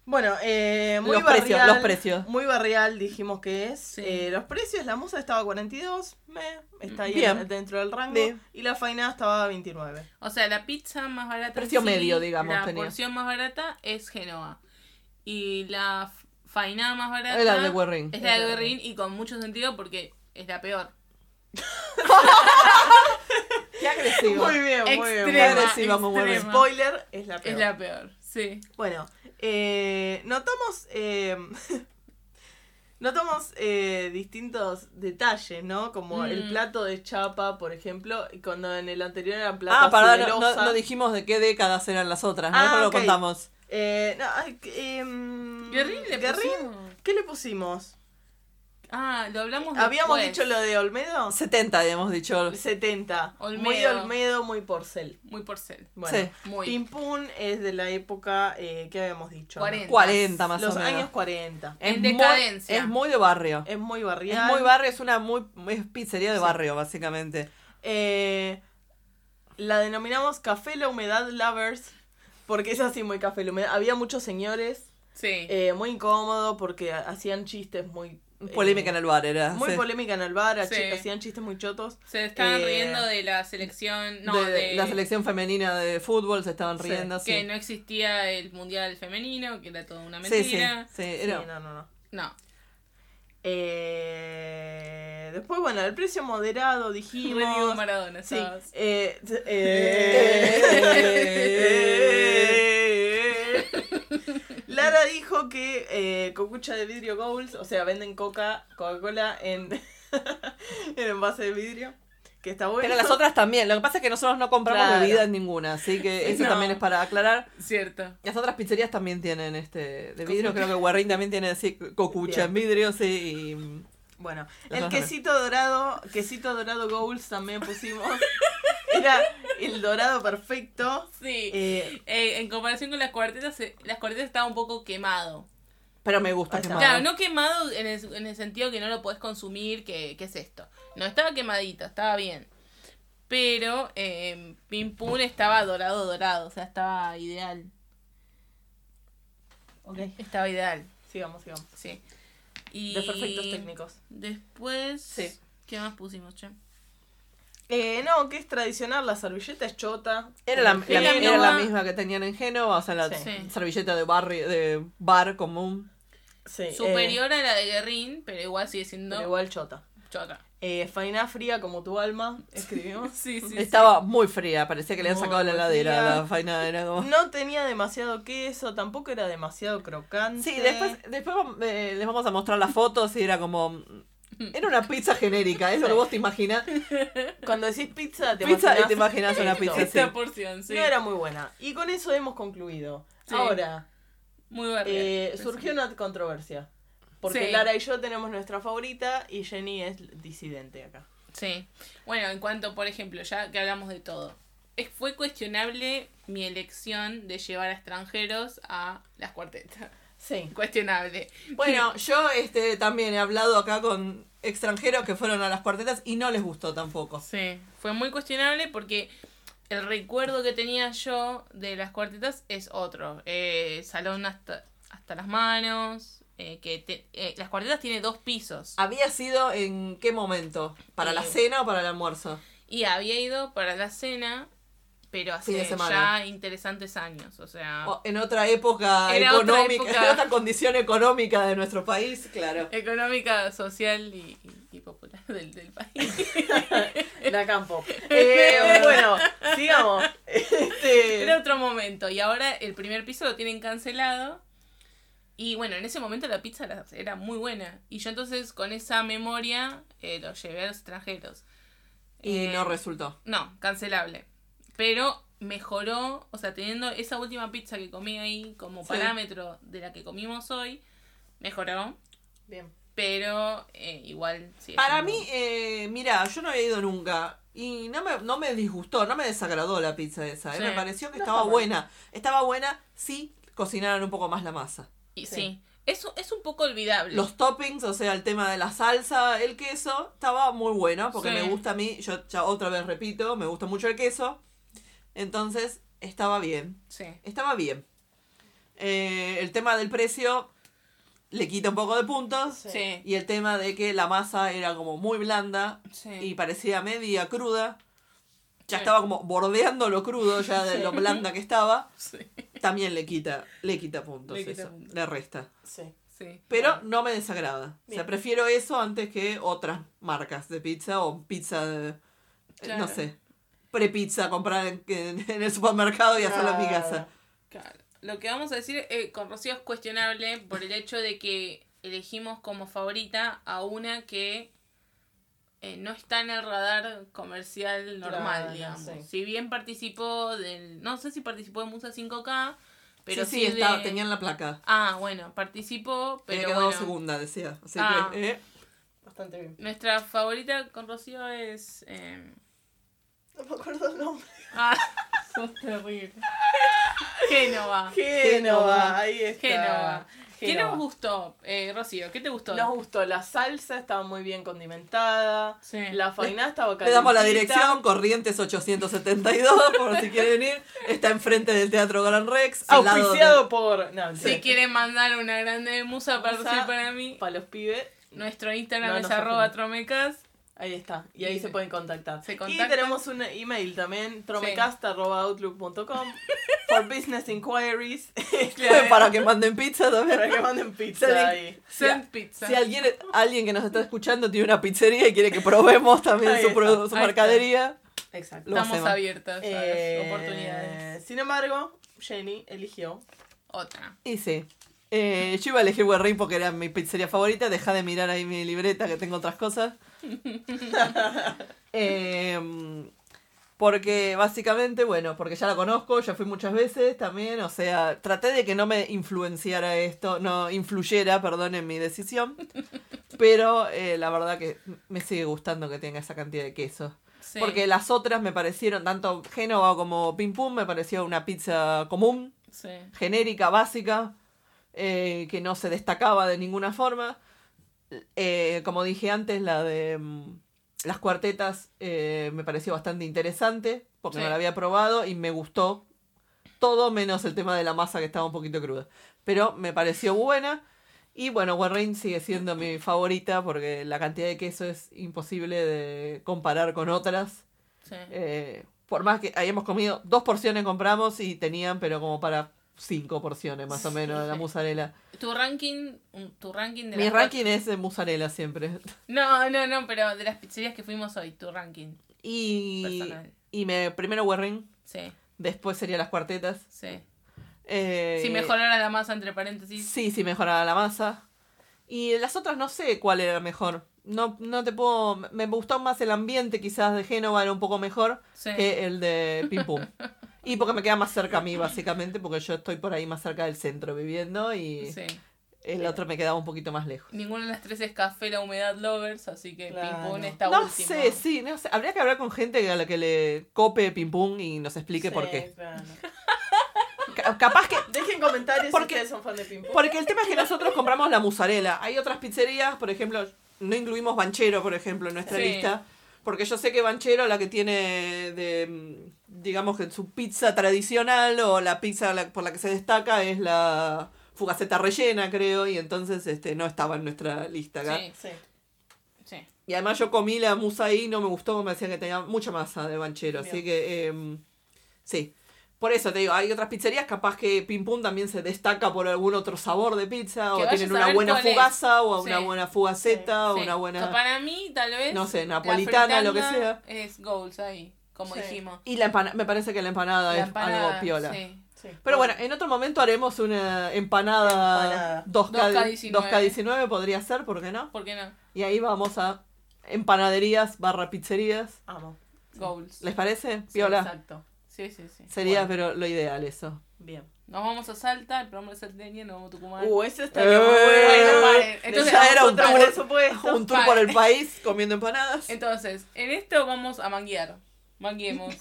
Speaker 2: Bueno, eh, muy
Speaker 1: Los
Speaker 2: barrial,
Speaker 1: precios, los precios.
Speaker 2: Muy barrial dijimos que es.
Speaker 3: Sí.
Speaker 2: Eh, los precios, la musa estaba a 42, meh, está ahí
Speaker 1: Bien.
Speaker 2: dentro del rango.
Speaker 1: Bien.
Speaker 2: Y la faina estaba a 29.
Speaker 3: O sea, la pizza más barata...
Speaker 1: Precio medio, digamos,
Speaker 3: La
Speaker 1: tenía.
Speaker 3: porción más barata es Genoa. Y la f- fainada más barata...
Speaker 1: Era de Guerrín.
Speaker 3: Es la de Guerrín y con mucho sentido porque es la peor.
Speaker 1: Qué agresivo.
Speaker 2: Muy bien, muy bien. muy
Speaker 3: Extrema,
Speaker 2: bien.
Speaker 1: agresiva, muy buena.
Speaker 3: extrema.
Speaker 2: Spoiler, es la peor.
Speaker 3: Es la peor, sí.
Speaker 2: Bueno, eh, notamos. eh, Notamos eh, distintos detalles, ¿no? Como el
Speaker 3: Mm.
Speaker 2: plato de chapa, por ejemplo, y cuando en el anterior eran platos
Speaker 1: Ah, para,
Speaker 2: de
Speaker 1: no,
Speaker 2: loza.
Speaker 1: no- no dijimos de qué décadas eran las otras, ¿no?
Speaker 2: Ah,
Speaker 1: Eso lo
Speaker 2: ok.
Speaker 1: contamos.
Speaker 2: Eh, no, ay, que, em,
Speaker 3: Guerrín le
Speaker 2: Guerrín,
Speaker 3: pusimos.
Speaker 2: ¿Qué le pusimos?
Speaker 3: Ah, lo hablamos
Speaker 2: ¿Habíamos
Speaker 3: después.
Speaker 2: dicho lo de Olmedo?
Speaker 1: 70, habíamos dicho.
Speaker 2: 70.
Speaker 3: Olmedo.
Speaker 2: Muy Olmedo, muy Porcel.
Speaker 3: Muy porcel.
Speaker 2: Bueno,
Speaker 1: Sí.
Speaker 3: Muy.
Speaker 2: Pim Pum es de la época eh, que habíamos dicho. ¿no?
Speaker 3: 40.
Speaker 1: 40 más
Speaker 2: Los
Speaker 1: o menos.
Speaker 2: años 40.
Speaker 1: Es
Speaker 3: En
Speaker 1: muy-
Speaker 3: decadencia.
Speaker 1: es muy de barrio.
Speaker 2: Es muy
Speaker 1: Es
Speaker 2: barrial.
Speaker 1: muy barrio, es una muy es pizzería de
Speaker 2: Sí.
Speaker 1: barrio, básicamente.
Speaker 2: Eh, la denominamos Café La Humedad Lovers. Porque es así muy café la humedad. Había muchos señores,
Speaker 3: Sí.
Speaker 2: eh, muy incómodo porque hacían chistes muy... eh,
Speaker 1: Polémica en el bar, era.
Speaker 2: Muy
Speaker 1: sí.
Speaker 2: polémica en el bar, a
Speaker 3: Sí.
Speaker 2: chi- hacían chistes muy chotos.
Speaker 3: Se estaban
Speaker 2: eh,
Speaker 3: riendo de la selección. No,
Speaker 1: de,
Speaker 3: de,
Speaker 1: La selección femenina de fútbol se estaban
Speaker 2: Sí,
Speaker 1: riendo. Sí,
Speaker 3: Que no existía el mundial femenino, que era toda una
Speaker 1: sí, sí,
Speaker 3: mentira.
Speaker 1: sí, era-
Speaker 2: Sí, no, no, no.
Speaker 3: No.
Speaker 2: Eh, después, bueno, el precio moderado,
Speaker 3: Y
Speaker 2: dijimos.
Speaker 3: Maradona,
Speaker 2: Sí.
Speaker 3: ¿sabes?
Speaker 2: eh, t-
Speaker 1: Eh.
Speaker 2: eh. Lara dijo que eh, cocucha de vidrio goals, o sea, venden coca, Coca-Cola en, en envase de vidrio, que está bueno.
Speaker 1: Pero las otras también. Lo que pasa es que nosotros no compramos
Speaker 2: Claro.
Speaker 1: bebida en ninguna, así que eso
Speaker 3: No.
Speaker 1: también es para aclarar.
Speaker 3: Cierto.
Speaker 1: Las otras pizzerías también tienen este de vidrio. Creo que Guarrín también tiene así cocucha en vidrio, sí. y-
Speaker 2: Bueno,
Speaker 1: Las
Speaker 2: el
Speaker 1: otras
Speaker 2: quesito dorado, quesito dorado goals también pusimos. Era el dorado perfecto.
Speaker 3: Sí.
Speaker 2: Eh,
Speaker 3: Eh, en comparación con las cuartetas, eh, las cuartetas estaba un poco quemado.
Speaker 1: Pero me gusta
Speaker 2: Ahí está.
Speaker 1: quemado.
Speaker 3: Claro, no quemado en el, en el sentido que no lo podés consumir, que, que es esto. No, estaba quemadito, estaba bien. Pero eh, Pim Pum estaba dorado, dorado, o sea, estaba ideal.
Speaker 2: ok,
Speaker 3: Estaba ideal,
Speaker 2: sigamos, sigamos.
Speaker 3: sí. Y
Speaker 2: De perfectos técnicos.
Speaker 3: Después,
Speaker 2: Sí.
Speaker 3: ¿qué más pusimos, che?
Speaker 2: Eh, no, que es tradicional, la servilleta es chota.
Speaker 1: Era la, la-
Speaker 3: Era
Speaker 1: era
Speaker 3: Génova.
Speaker 1: la misma que tenían en Génova, o sea, la
Speaker 2: Sí.
Speaker 1: servilleta de, barrio, de bar común.
Speaker 2: Sí, eh,
Speaker 3: Superior a la de Guerrín, pero igual sigue siendo
Speaker 2: pero igual chota.
Speaker 3: chota.
Speaker 2: Eh, faina fría como tu alma, escribimos.
Speaker 3: Sí, sí.
Speaker 1: Estaba muy fría, parecía que le habían
Speaker 2: Muy,
Speaker 1: sacado la
Speaker 2: muy
Speaker 1: heladera
Speaker 2: fría.
Speaker 1: la faina. Era como...
Speaker 2: No tenía demasiado queso, tampoco era demasiado crocante.
Speaker 1: Sí, después, después vam- eh, les vamos a mostrar las fotos y era como... mm, Era una pizza genérica, es lo que vos te imaginas.
Speaker 2: Cuando decís pizza, te
Speaker 1: Pizza y
Speaker 2: imaginás
Speaker 1: te imaginas una
Speaker 2: esto.
Speaker 1: pizza así.
Speaker 3: Esta porción, sí.
Speaker 2: No era muy buena. Y con eso hemos concluido.
Speaker 3: Sí.
Speaker 2: Ahora,
Speaker 3: Muy barrial.
Speaker 2: eh,
Speaker 3: Pero
Speaker 2: surgió
Speaker 3: sí.
Speaker 2: una controversia. Porque
Speaker 3: Sí.
Speaker 2: Lara y yo tenemos nuestra favorita y Jenny es disidente acá.
Speaker 3: Sí. Bueno, en cuanto, por ejemplo, ya que hablamos de todo. es- Fue cuestionable mi elección de llevar a extranjeros a las cuartetas.
Speaker 2: Sí.
Speaker 3: Cuestionable.
Speaker 1: Bueno, yo este, también he hablado acá con extranjeros que fueron a las cuartetas y no les gustó tampoco.
Speaker 3: Sí, fue muy cuestionable porque el recuerdo que tenía yo de las cuartetas es otro. Eh, salón hasta, hasta las manos. eh, que te- eh, las cuartetas tiene dos pisos.
Speaker 1: ¿Había sido en qué momento? ¿Para la
Speaker 3: Eh,
Speaker 1: cena o para el almuerzo?
Speaker 3: Y había ido para la cena, pero
Speaker 1: Fin de
Speaker 3: hace
Speaker 1: semana.
Speaker 3: ya interesantes años. O sea,
Speaker 1: O en otra época
Speaker 3: Era Ah. otra
Speaker 1: económica,
Speaker 3: época.
Speaker 1: en otra condición económica de nuestro país, claro.
Speaker 3: económica, social y, y- y popular del, del país.
Speaker 2: La campo. Eh, bueno, sigamos. Este,
Speaker 1: Eh.
Speaker 3: Era otro momento. Y ahora el primer piso lo tienen cancelado. Y bueno, en ese momento la pizza la- era muy buena. Y yo entonces con esa memoria eh, lo llevé a los extranjeros.
Speaker 1: Y
Speaker 3: Eh,
Speaker 1: no resultó.
Speaker 3: No, cancelable. Pero mejoró, o sea, teniendo esa última pizza que comí ahí como
Speaker 1: Sí.
Speaker 3: parámetro de la que comimos hoy, mejoró.
Speaker 2: Bien.
Speaker 3: Pero eh, igual sí.
Speaker 1: Para mí, eh, mira, yo no había ido nunca y no me, no me disgustó, no me desagradó la pizza esa. eh,
Speaker 3: Sí.
Speaker 1: Me pareció que
Speaker 2: No
Speaker 1: estaba
Speaker 2: está mal.
Speaker 1: buena. Estaba buena si cocinaran un poco más la masa.
Speaker 3: Y sí.
Speaker 2: sí.
Speaker 3: Es, es un poco olvidable.
Speaker 1: Los toppings, o sea, el tema de la salsa, el queso, estaba muy bueno porque
Speaker 3: Sí.
Speaker 1: me gusta a mí, yo ya otra vez repito, me gusta mucho el queso. Entonces, estaba bien.
Speaker 3: Sí.
Speaker 1: Estaba bien. Eh, el tema del precio le quita un poco de puntos.
Speaker 2: Sí.
Speaker 3: Sí.
Speaker 1: Y el tema de que la masa era como muy blanda
Speaker 3: Sí.
Speaker 1: y parecía media cruda. Ya
Speaker 3: Sí.
Speaker 1: estaba como bordeando lo crudo, ya de lo blanda que estaba.
Speaker 3: Sí.
Speaker 1: También le quita, le quita puntos
Speaker 3: Le quita
Speaker 1: eso,
Speaker 3: puntos.
Speaker 1: le resta.
Speaker 2: Sí.
Speaker 3: Sí.
Speaker 1: Pero no me desagrada. O sea,
Speaker 2: Bien.
Speaker 1: prefiero eso antes que otras marcas de pizza o pizza de, eh,
Speaker 3: Claro.
Speaker 1: no sé, prepizza comprada en, en- en el supermercado y hacerla en mi
Speaker 2: Claro.
Speaker 1: casa.
Speaker 3: Claro. Lo que vamos a decir eh, con Rocío es cuestionable por el hecho de que elegimos como favorita a una que eh, no está en el radar comercial normal,
Speaker 2: Claro,
Speaker 3: digamos.
Speaker 2: sí.
Speaker 3: Si bien participó del. No sé si participó de Musa 5K, pero
Speaker 1: Pero sí,
Speaker 3: sí, de-
Speaker 1: estaba, tenía en la placa.
Speaker 3: Ah, bueno, participó,
Speaker 1: Pero
Speaker 3: pero.
Speaker 1: quedó
Speaker 3: bueno.
Speaker 1: segunda, decía. Así
Speaker 3: Ah.
Speaker 1: que, eh,
Speaker 2: Bastante bien.
Speaker 3: Nuestra favorita con Rocío es. eh,
Speaker 2: No me acuerdo el nombre.
Speaker 3: Ah, sos terrible. Génova.
Speaker 2: Génova, ahí está.
Speaker 3: Génova. ¿Qué
Speaker 2: Génova.
Speaker 3: nos gustó, eh, Rocío? ¿Qué te gustó?
Speaker 2: Nos gustó la salsa, estaba muy bien condimentada.
Speaker 3: Sí.
Speaker 2: La fainá estaba
Speaker 1: le damos la
Speaker 2: calentita.
Speaker 1: dirección, Corrientes 872, por si quieren ir. Está enfrente del Teatro Gran Rex. al lado de-
Speaker 2: Auspiciado por. No,
Speaker 3: Si
Speaker 2: mentira.
Speaker 3: quieren mandar una grande musa para
Speaker 2: Musa.
Speaker 3: Rocío y para mí,
Speaker 2: Para los pibes.
Speaker 3: nuestro Instagram
Speaker 2: No,
Speaker 3: es
Speaker 2: no se
Speaker 3: arroba
Speaker 2: ofenden.
Speaker 3: tromecas.
Speaker 2: Ahí está. Y ahí
Speaker 3: Y-
Speaker 2: se pueden contactar.
Speaker 3: se
Speaker 2: Y
Speaker 3: contactan.
Speaker 2: tenemos un email también, tromecast.outlook.com for business inquiries.
Speaker 1: Para que manden pizza también.
Speaker 2: Para que manden pizza
Speaker 1: Se le-
Speaker 2: ahí.
Speaker 3: Send pizza.
Speaker 1: Si alguien, alguien que nos está escuchando tiene una pizzería y quiere que probemos también
Speaker 2: Ahí
Speaker 1: su,
Speaker 2: está.
Speaker 1: pro- su
Speaker 3: Ahí está.
Speaker 1: mercadería,
Speaker 2: Exacto.
Speaker 1: lo
Speaker 3: Estamos
Speaker 1: hacemos.
Speaker 3: abiertas a las
Speaker 2: Eh,
Speaker 3: oportunidades.
Speaker 2: Sin embargo, Jenny eligió.
Speaker 3: Otra.
Speaker 1: Y sí. Eh, yo iba a elegir Guerrín porque era mi pizzería favorita. Deja de mirar ahí mi libreta que tengo otras cosas. Eh, porque básicamente, bueno, porque ya la conozco, ya fui muchas veces también. O sea, traté de que no me influenciara esto, no influyera, perdón, en mi decisión. Pero eh, la verdad que me sigue gustando que tenga esa cantidad de queso.
Speaker 3: Sí.
Speaker 1: Porque las otras me parecieron, tanto Génova como Pim Pum, me pareció una pizza común
Speaker 3: Sí.
Speaker 1: genérica, básica, eh, que no se destacaba de ninguna forma. Eh, como dije antes, la de mm, las cuartetas eh, me pareció bastante interesante, porque
Speaker 3: Sí.
Speaker 1: no la había probado y me gustó todo menos el tema de la masa que estaba un poquito cruda. Pero me pareció buena. Y bueno, Warren sigue siendo mi favorita porque la cantidad de queso es imposible de comparar con otras.
Speaker 3: Sí.
Speaker 1: Eh, por más que hayamos comido, dos porciones compramos y tenían, pero como para cinco porciones más o
Speaker 3: Sí,
Speaker 1: menos de la
Speaker 3: sí.
Speaker 1: mozzarella.
Speaker 3: Tu ranking, un- tu ranking de
Speaker 1: Mi
Speaker 3: las-
Speaker 1: ranking es de mozzarella siempre.
Speaker 3: No, no, no, pero de las pizzerías que fuimos hoy, tu ranking
Speaker 1: Y,
Speaker 3: personal.
Speaker 1: y me, primero Werring,
Speaker 3: Sí,
Speaker 1: después serían las cuartetas.
Speaker 3: sí.
Speaker 1: Eh,
Speaker 3: si mejorara la masa entre paréntesis.
Speaker 1: Sí, sí, mejoraba la masa. Y las otras no sé cuál era mejor. No, no te puedo. Me gustó más el ambiente, quizás de Génova era un poco mejor
Speaker 3: Sí.
Speaker 1: que el de Pim Pum. Y porque me queda más cerca a mí, básicamente, porque yo estoy por ahí más cerca del centro viviendo y
Speaker 3: Sí.
Speaker 1: el otro me quedaba un poquito más lejos.
Speaker 3: Ninguna de las tres es café, la humedad lovers, así que
Speaker 2: Claro.
Speaker 3: Ping Pong está
Speaker 1: no
Speaker 3: última.
Speaker 1: sé, sí, no sé. Habría que hablar con gente a la que le cope Pim Pum y nos explique por
Speaker 2: Sí,
Speaker 1: qué.
Speaker 2: claro.
Speaker 1: Ca- capaz que
Speaker 2: Dejen comentarios
Speaker 1: ¿Por
Speaker 2: si
Speaker 1: qué?
Speaker 2: ustedes son fan de Ping Pong.
Speaker 1: Porque el tema es que nosotros compramos la mozzarella. Hay otras pizzerías, por ejemplo, no incluimos Banchero, por ejemplo, en nuestra
Speaker 3: Sí.
Speaker 1: lista. Porque yo sé que Banchero, la que tiene, de, mm, digamos que su pizza tradicional o la pizza la- por la que se destaca es la fugaceta rellena, creo, y entonces este no estaba en nuestra lista acá.
Speaker 3: Sí,
Speaker 2: Sí.
Speaker 3: sí.
Speaker 1: Y además yo comí la musa ahí, no me gustó, me decían que tenía mucha masa de banchero, así
Speaker 2: Bien.
Speaker 1: que eh, sí. Por eso te digo, hay otras pizzerías, capaz que Pim Pum también se destaca por algún otro sabor de pizza,
Speaker 3: Que
Speaker 1: o
Speaker 3: vaya
Speaker 1: tienen
Speaker 3: a
Speaker 1: una
Speaker 3: saber
Speaker 1: buena
Speaker 3: cuál es.
Speaker 1: fugaza, o
Speaker 3: Sí.
Speaker 1: una buena fugaceta, o
Speaker 3: Sí.
Speaker 1: una buena...
Speaker 3: Para mí, tal vez.
Speaker 1: No sé,
Speaker 3: la
Speaker 1: napolitana, lo que
Speaker 3: fritanga Es goals ahí, como
Speaker 2: Sí.
Speaker 3: dijimos.
Speaker 1: Y la empana- me parece que la empanada
Speaker 3: La
Speaker 1: es
Speaker 3: empanada,
Speaker 1: algo piola.
Speaker 3: sí.
Speaker 2: Sí.
Speaker 1: Pero bueno, eh, en otro momento haremos una empanada,
Speaker 2: Empanada.
Speaker 3: 2K19.
Speaker 1: 2K19. 2K19 podría ser, ¿por qué no?
Speaker 3: ¿Por qué no?
Speaker 1: Y ahí vamos a empanaderías barra pizzerías.
Speaker 2: Amo.
Speaker 3: Goals.
Speaker 1: ¿Les parece?
Speaker 2: Sí,
Speaker 1: Piola.
Speaker 2: exacto.
Speaker 3: Sí, sí, sí.
Speaker 1: Sería,
Speaker 2: Bueno.
Speaker 1: pero lo ideal eso.
Speaker 2: Bien.
Speaker 3: Nos vamos a Salta, el programa es salteño, nos vamos a Tucumán.
Speaker 2: Uh, ese está
Speaker 1: Eh,
Speaker 2: bien.
Speaker 1: bueno,
Speaker 3: paren. Entonces,
Speaker 2: Entonces, era
Speaker 1: era un
Speaker 2: otra
Speaker 1: tour.
Speaker 2: por supuesto.
Speaker 1: Un tour por el país comiendo empanadas.
Speaker 3: Entonces, en esto vamos a manguear. Manguemos.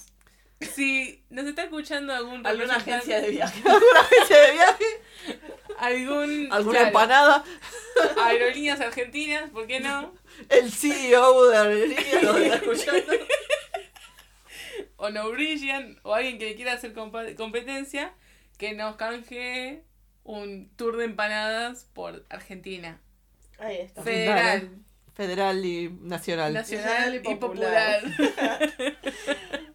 Speaker 3: si nos está escuchando algún
Speaker 2: Alguna
Speaker 3: representante-
Speaker 2: agencia de viaje.
Speaker 1: Alguna agencia de viaje,
Speaker 3: algún
Speaker 1: alguna
Speaker 3: claro,
Speaker 1: empanada,
Speaker 3: aerolíneas argentinas, ¿por qué no?
Speaker 1: el CEO de Aerolínea lo está escuchando.
Speaker 3: O no brillan, o alguien que le quiera hacer compa- competencia, que nos canje un tour de empanadas por Argentina.
Speaker 2: Ahí está.
Speaker 3: Federal,
Speaker 1: Federal y nacional.
Speaker 3: nacional
Speaker 2: Nacional
Speaker 3: y
Speaker 2: y
Speaker 3: popular.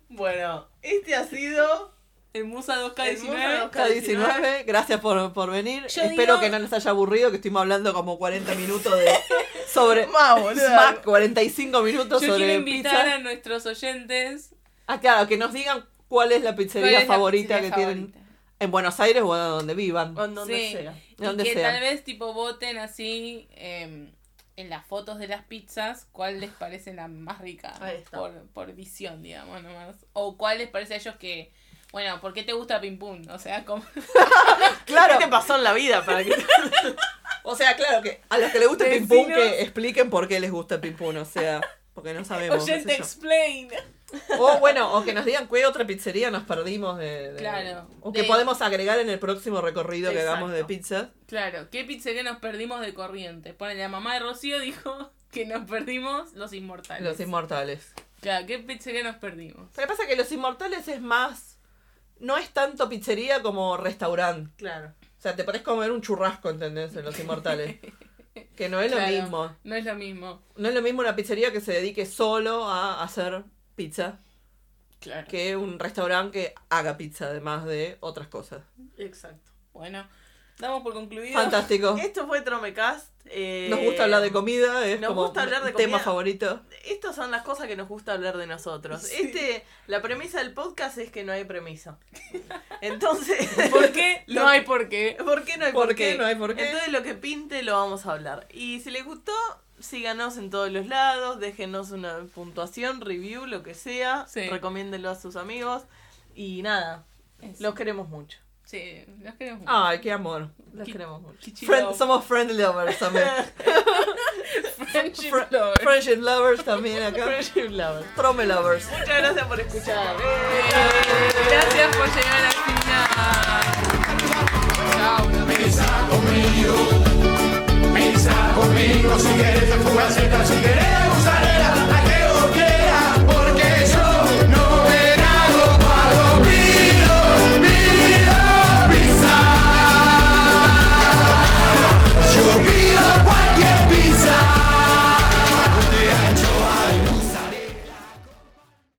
Speaker 2: Bueno, este ha sido
Speaker 3: El Musa
Speaker 2: El Musa
Speaker 3: 2K19.
Speaker 2: dos-
Speaker 1: K19, gracias por, por venir.
Speaker 2: Yo
Speaker 1: Espero
Speaker 2: digo-
Speaker 1: que no les haya aburrido, que estuvimos hablando como 40 minutos de sobre
Speaker 2: Más, boluda.
Speaker 1: más 45 minutos
Speaker 3: Yo quiero
Speaker 1: sobre
Speaker 3: invitar
Speaker 1: pizza.
Speaker 3: a nuestros oyentes.
Speaker 1: Ah, claro, que nos digan cuál es la
Speaker 3: ¿cuál
Speaker 1: pizzería
Speaker 3: es la
Speaker 1: favorita
Speaker 3: pizzería
Speaker 1: que tienen
Speaker 3: favorita?
Speaker 1: en Buenos Aires o donde vivan.
Speaker 2: O en donde
Speaker 3: Sí.
Speaker 2: sea.
Speaker 3: Y
Speaker 1: Donde
Speaker 3: que
Speaker 1: sea.
Speaker 3: tal vez tipo voten así eh, en las fotos de las pizzas cuál les parece la más rica
Speaker 2: Ahí está.
Speaker 3: por, por visión, digamos nomás. O cuál les parece a ellos que, bueno, ¿por qué te gusta Pim Pum? O sea, como...
Speaker 1: Claro,
Speaker 2: ¿Qué te Este pasó en la vida para que
Speaker 1: o sea, claro que a los que les gusta el ping pong
Speaker 3: Vecinos.
Speaker 1: que expliquen por qué les gusta el ping pong, o sea, porque no sabemos. qué
Speaker 3: Oyente
Speaker 1: sé yo.
Speaker 3: explain.
Speaker 1: O bueno, o que nos digan qué otra pizzería nos perdimos de. de-
Speaker 3: Claro.
Speaker 1: O que
Speaker 3: De-
Speaker 1: podemos agregar en el próximo recorrido que hagamos de
Speaker 2: Exacto.
Speaker 1: pizzas.
Speaker 3: Claro, ¿qué pizzería nos perdimos de corriente? Pone la mamá de Rocío dijo que nos perdimos los inmortales.
Speaker 1: Los inmortales.
Speaker 3: Claro, ¿qué pizzería nos perdimos?
Speaker 1: Lo que pasa es que los inmortales es más. No es tanto pizzería como restaurante.
Speaker 2: Claro.
Speaker 1: O sea, te podés comer un churrasco, ¿entendés? En los inmortales. que no es lo
Speaker 3: Claro,
Speaker 1: mismo.
Speaker 3: No es lo mismo.
Speaker 1: No es lo mismo una pizzería que se dedique solo a hacer pizza
Speaker 3: Claro.
Speaker 1: que un restaurante que haga pizza además de otras cosas.
Speaker 2: Exacto.
Speaker 3: Bueno, damos por concluido.
Speaker 1: Fantástico.
Speaker 2: Esto fue Tromecast. eh,
Speaker 1: Oh. Nos gusta hablar de comida, es
Speaker 2: nos
Speaker 1: como
Speaker 2: gusta hablar de
Speaker 1: tema
Speaker 2: comida.
Speaker 1: favorito.
Speaker 2: Estas son las cosas que nos gusta hablar de nosotros.
Speaker 3: Sí.
Speaker 2: Este, la premisa del podcast es que no hay premisa. Entonces,
Speaker 3: ¿Por qué? No hay por qué.
Speaker 2: ¿por qué no hay
Speaker 1: ¿Por qué no hay por qué?
Speaker 2: Entonces lo que pinte lo vamos a hablar. Y si les gustó, síganos en todos los lados, déjenos una puntuación, review, lo que sea,
Speaker 3: Sí.
Speaker 2: recomiéndenlo a sus amigos y nada, los queremos mucho.
Speaker 3: Sí, los queremos. mucho.
Speaker 1: Ay, qué amor.
Speaker 2: Los
Speaker 3: Qui-
Speaker 2: queremos mucho.
Speaker 3: Kichiro.
Speaker 1: Friend- somos friend lovers también.
Speaker 3: Friendship
Speaker 1: Fr-
Speaker 3: lover.
Speaker 1: Friendship lovers también acá.
Speaker 2: Friendship lovers.
Speaker 1: Trome lovers.
Speaker 2: Muchas gracias por escuchar.
Speaker 3: Eh, Gracias por llegar al final. Chao, nos vemos.
Speaker 4: conmigo.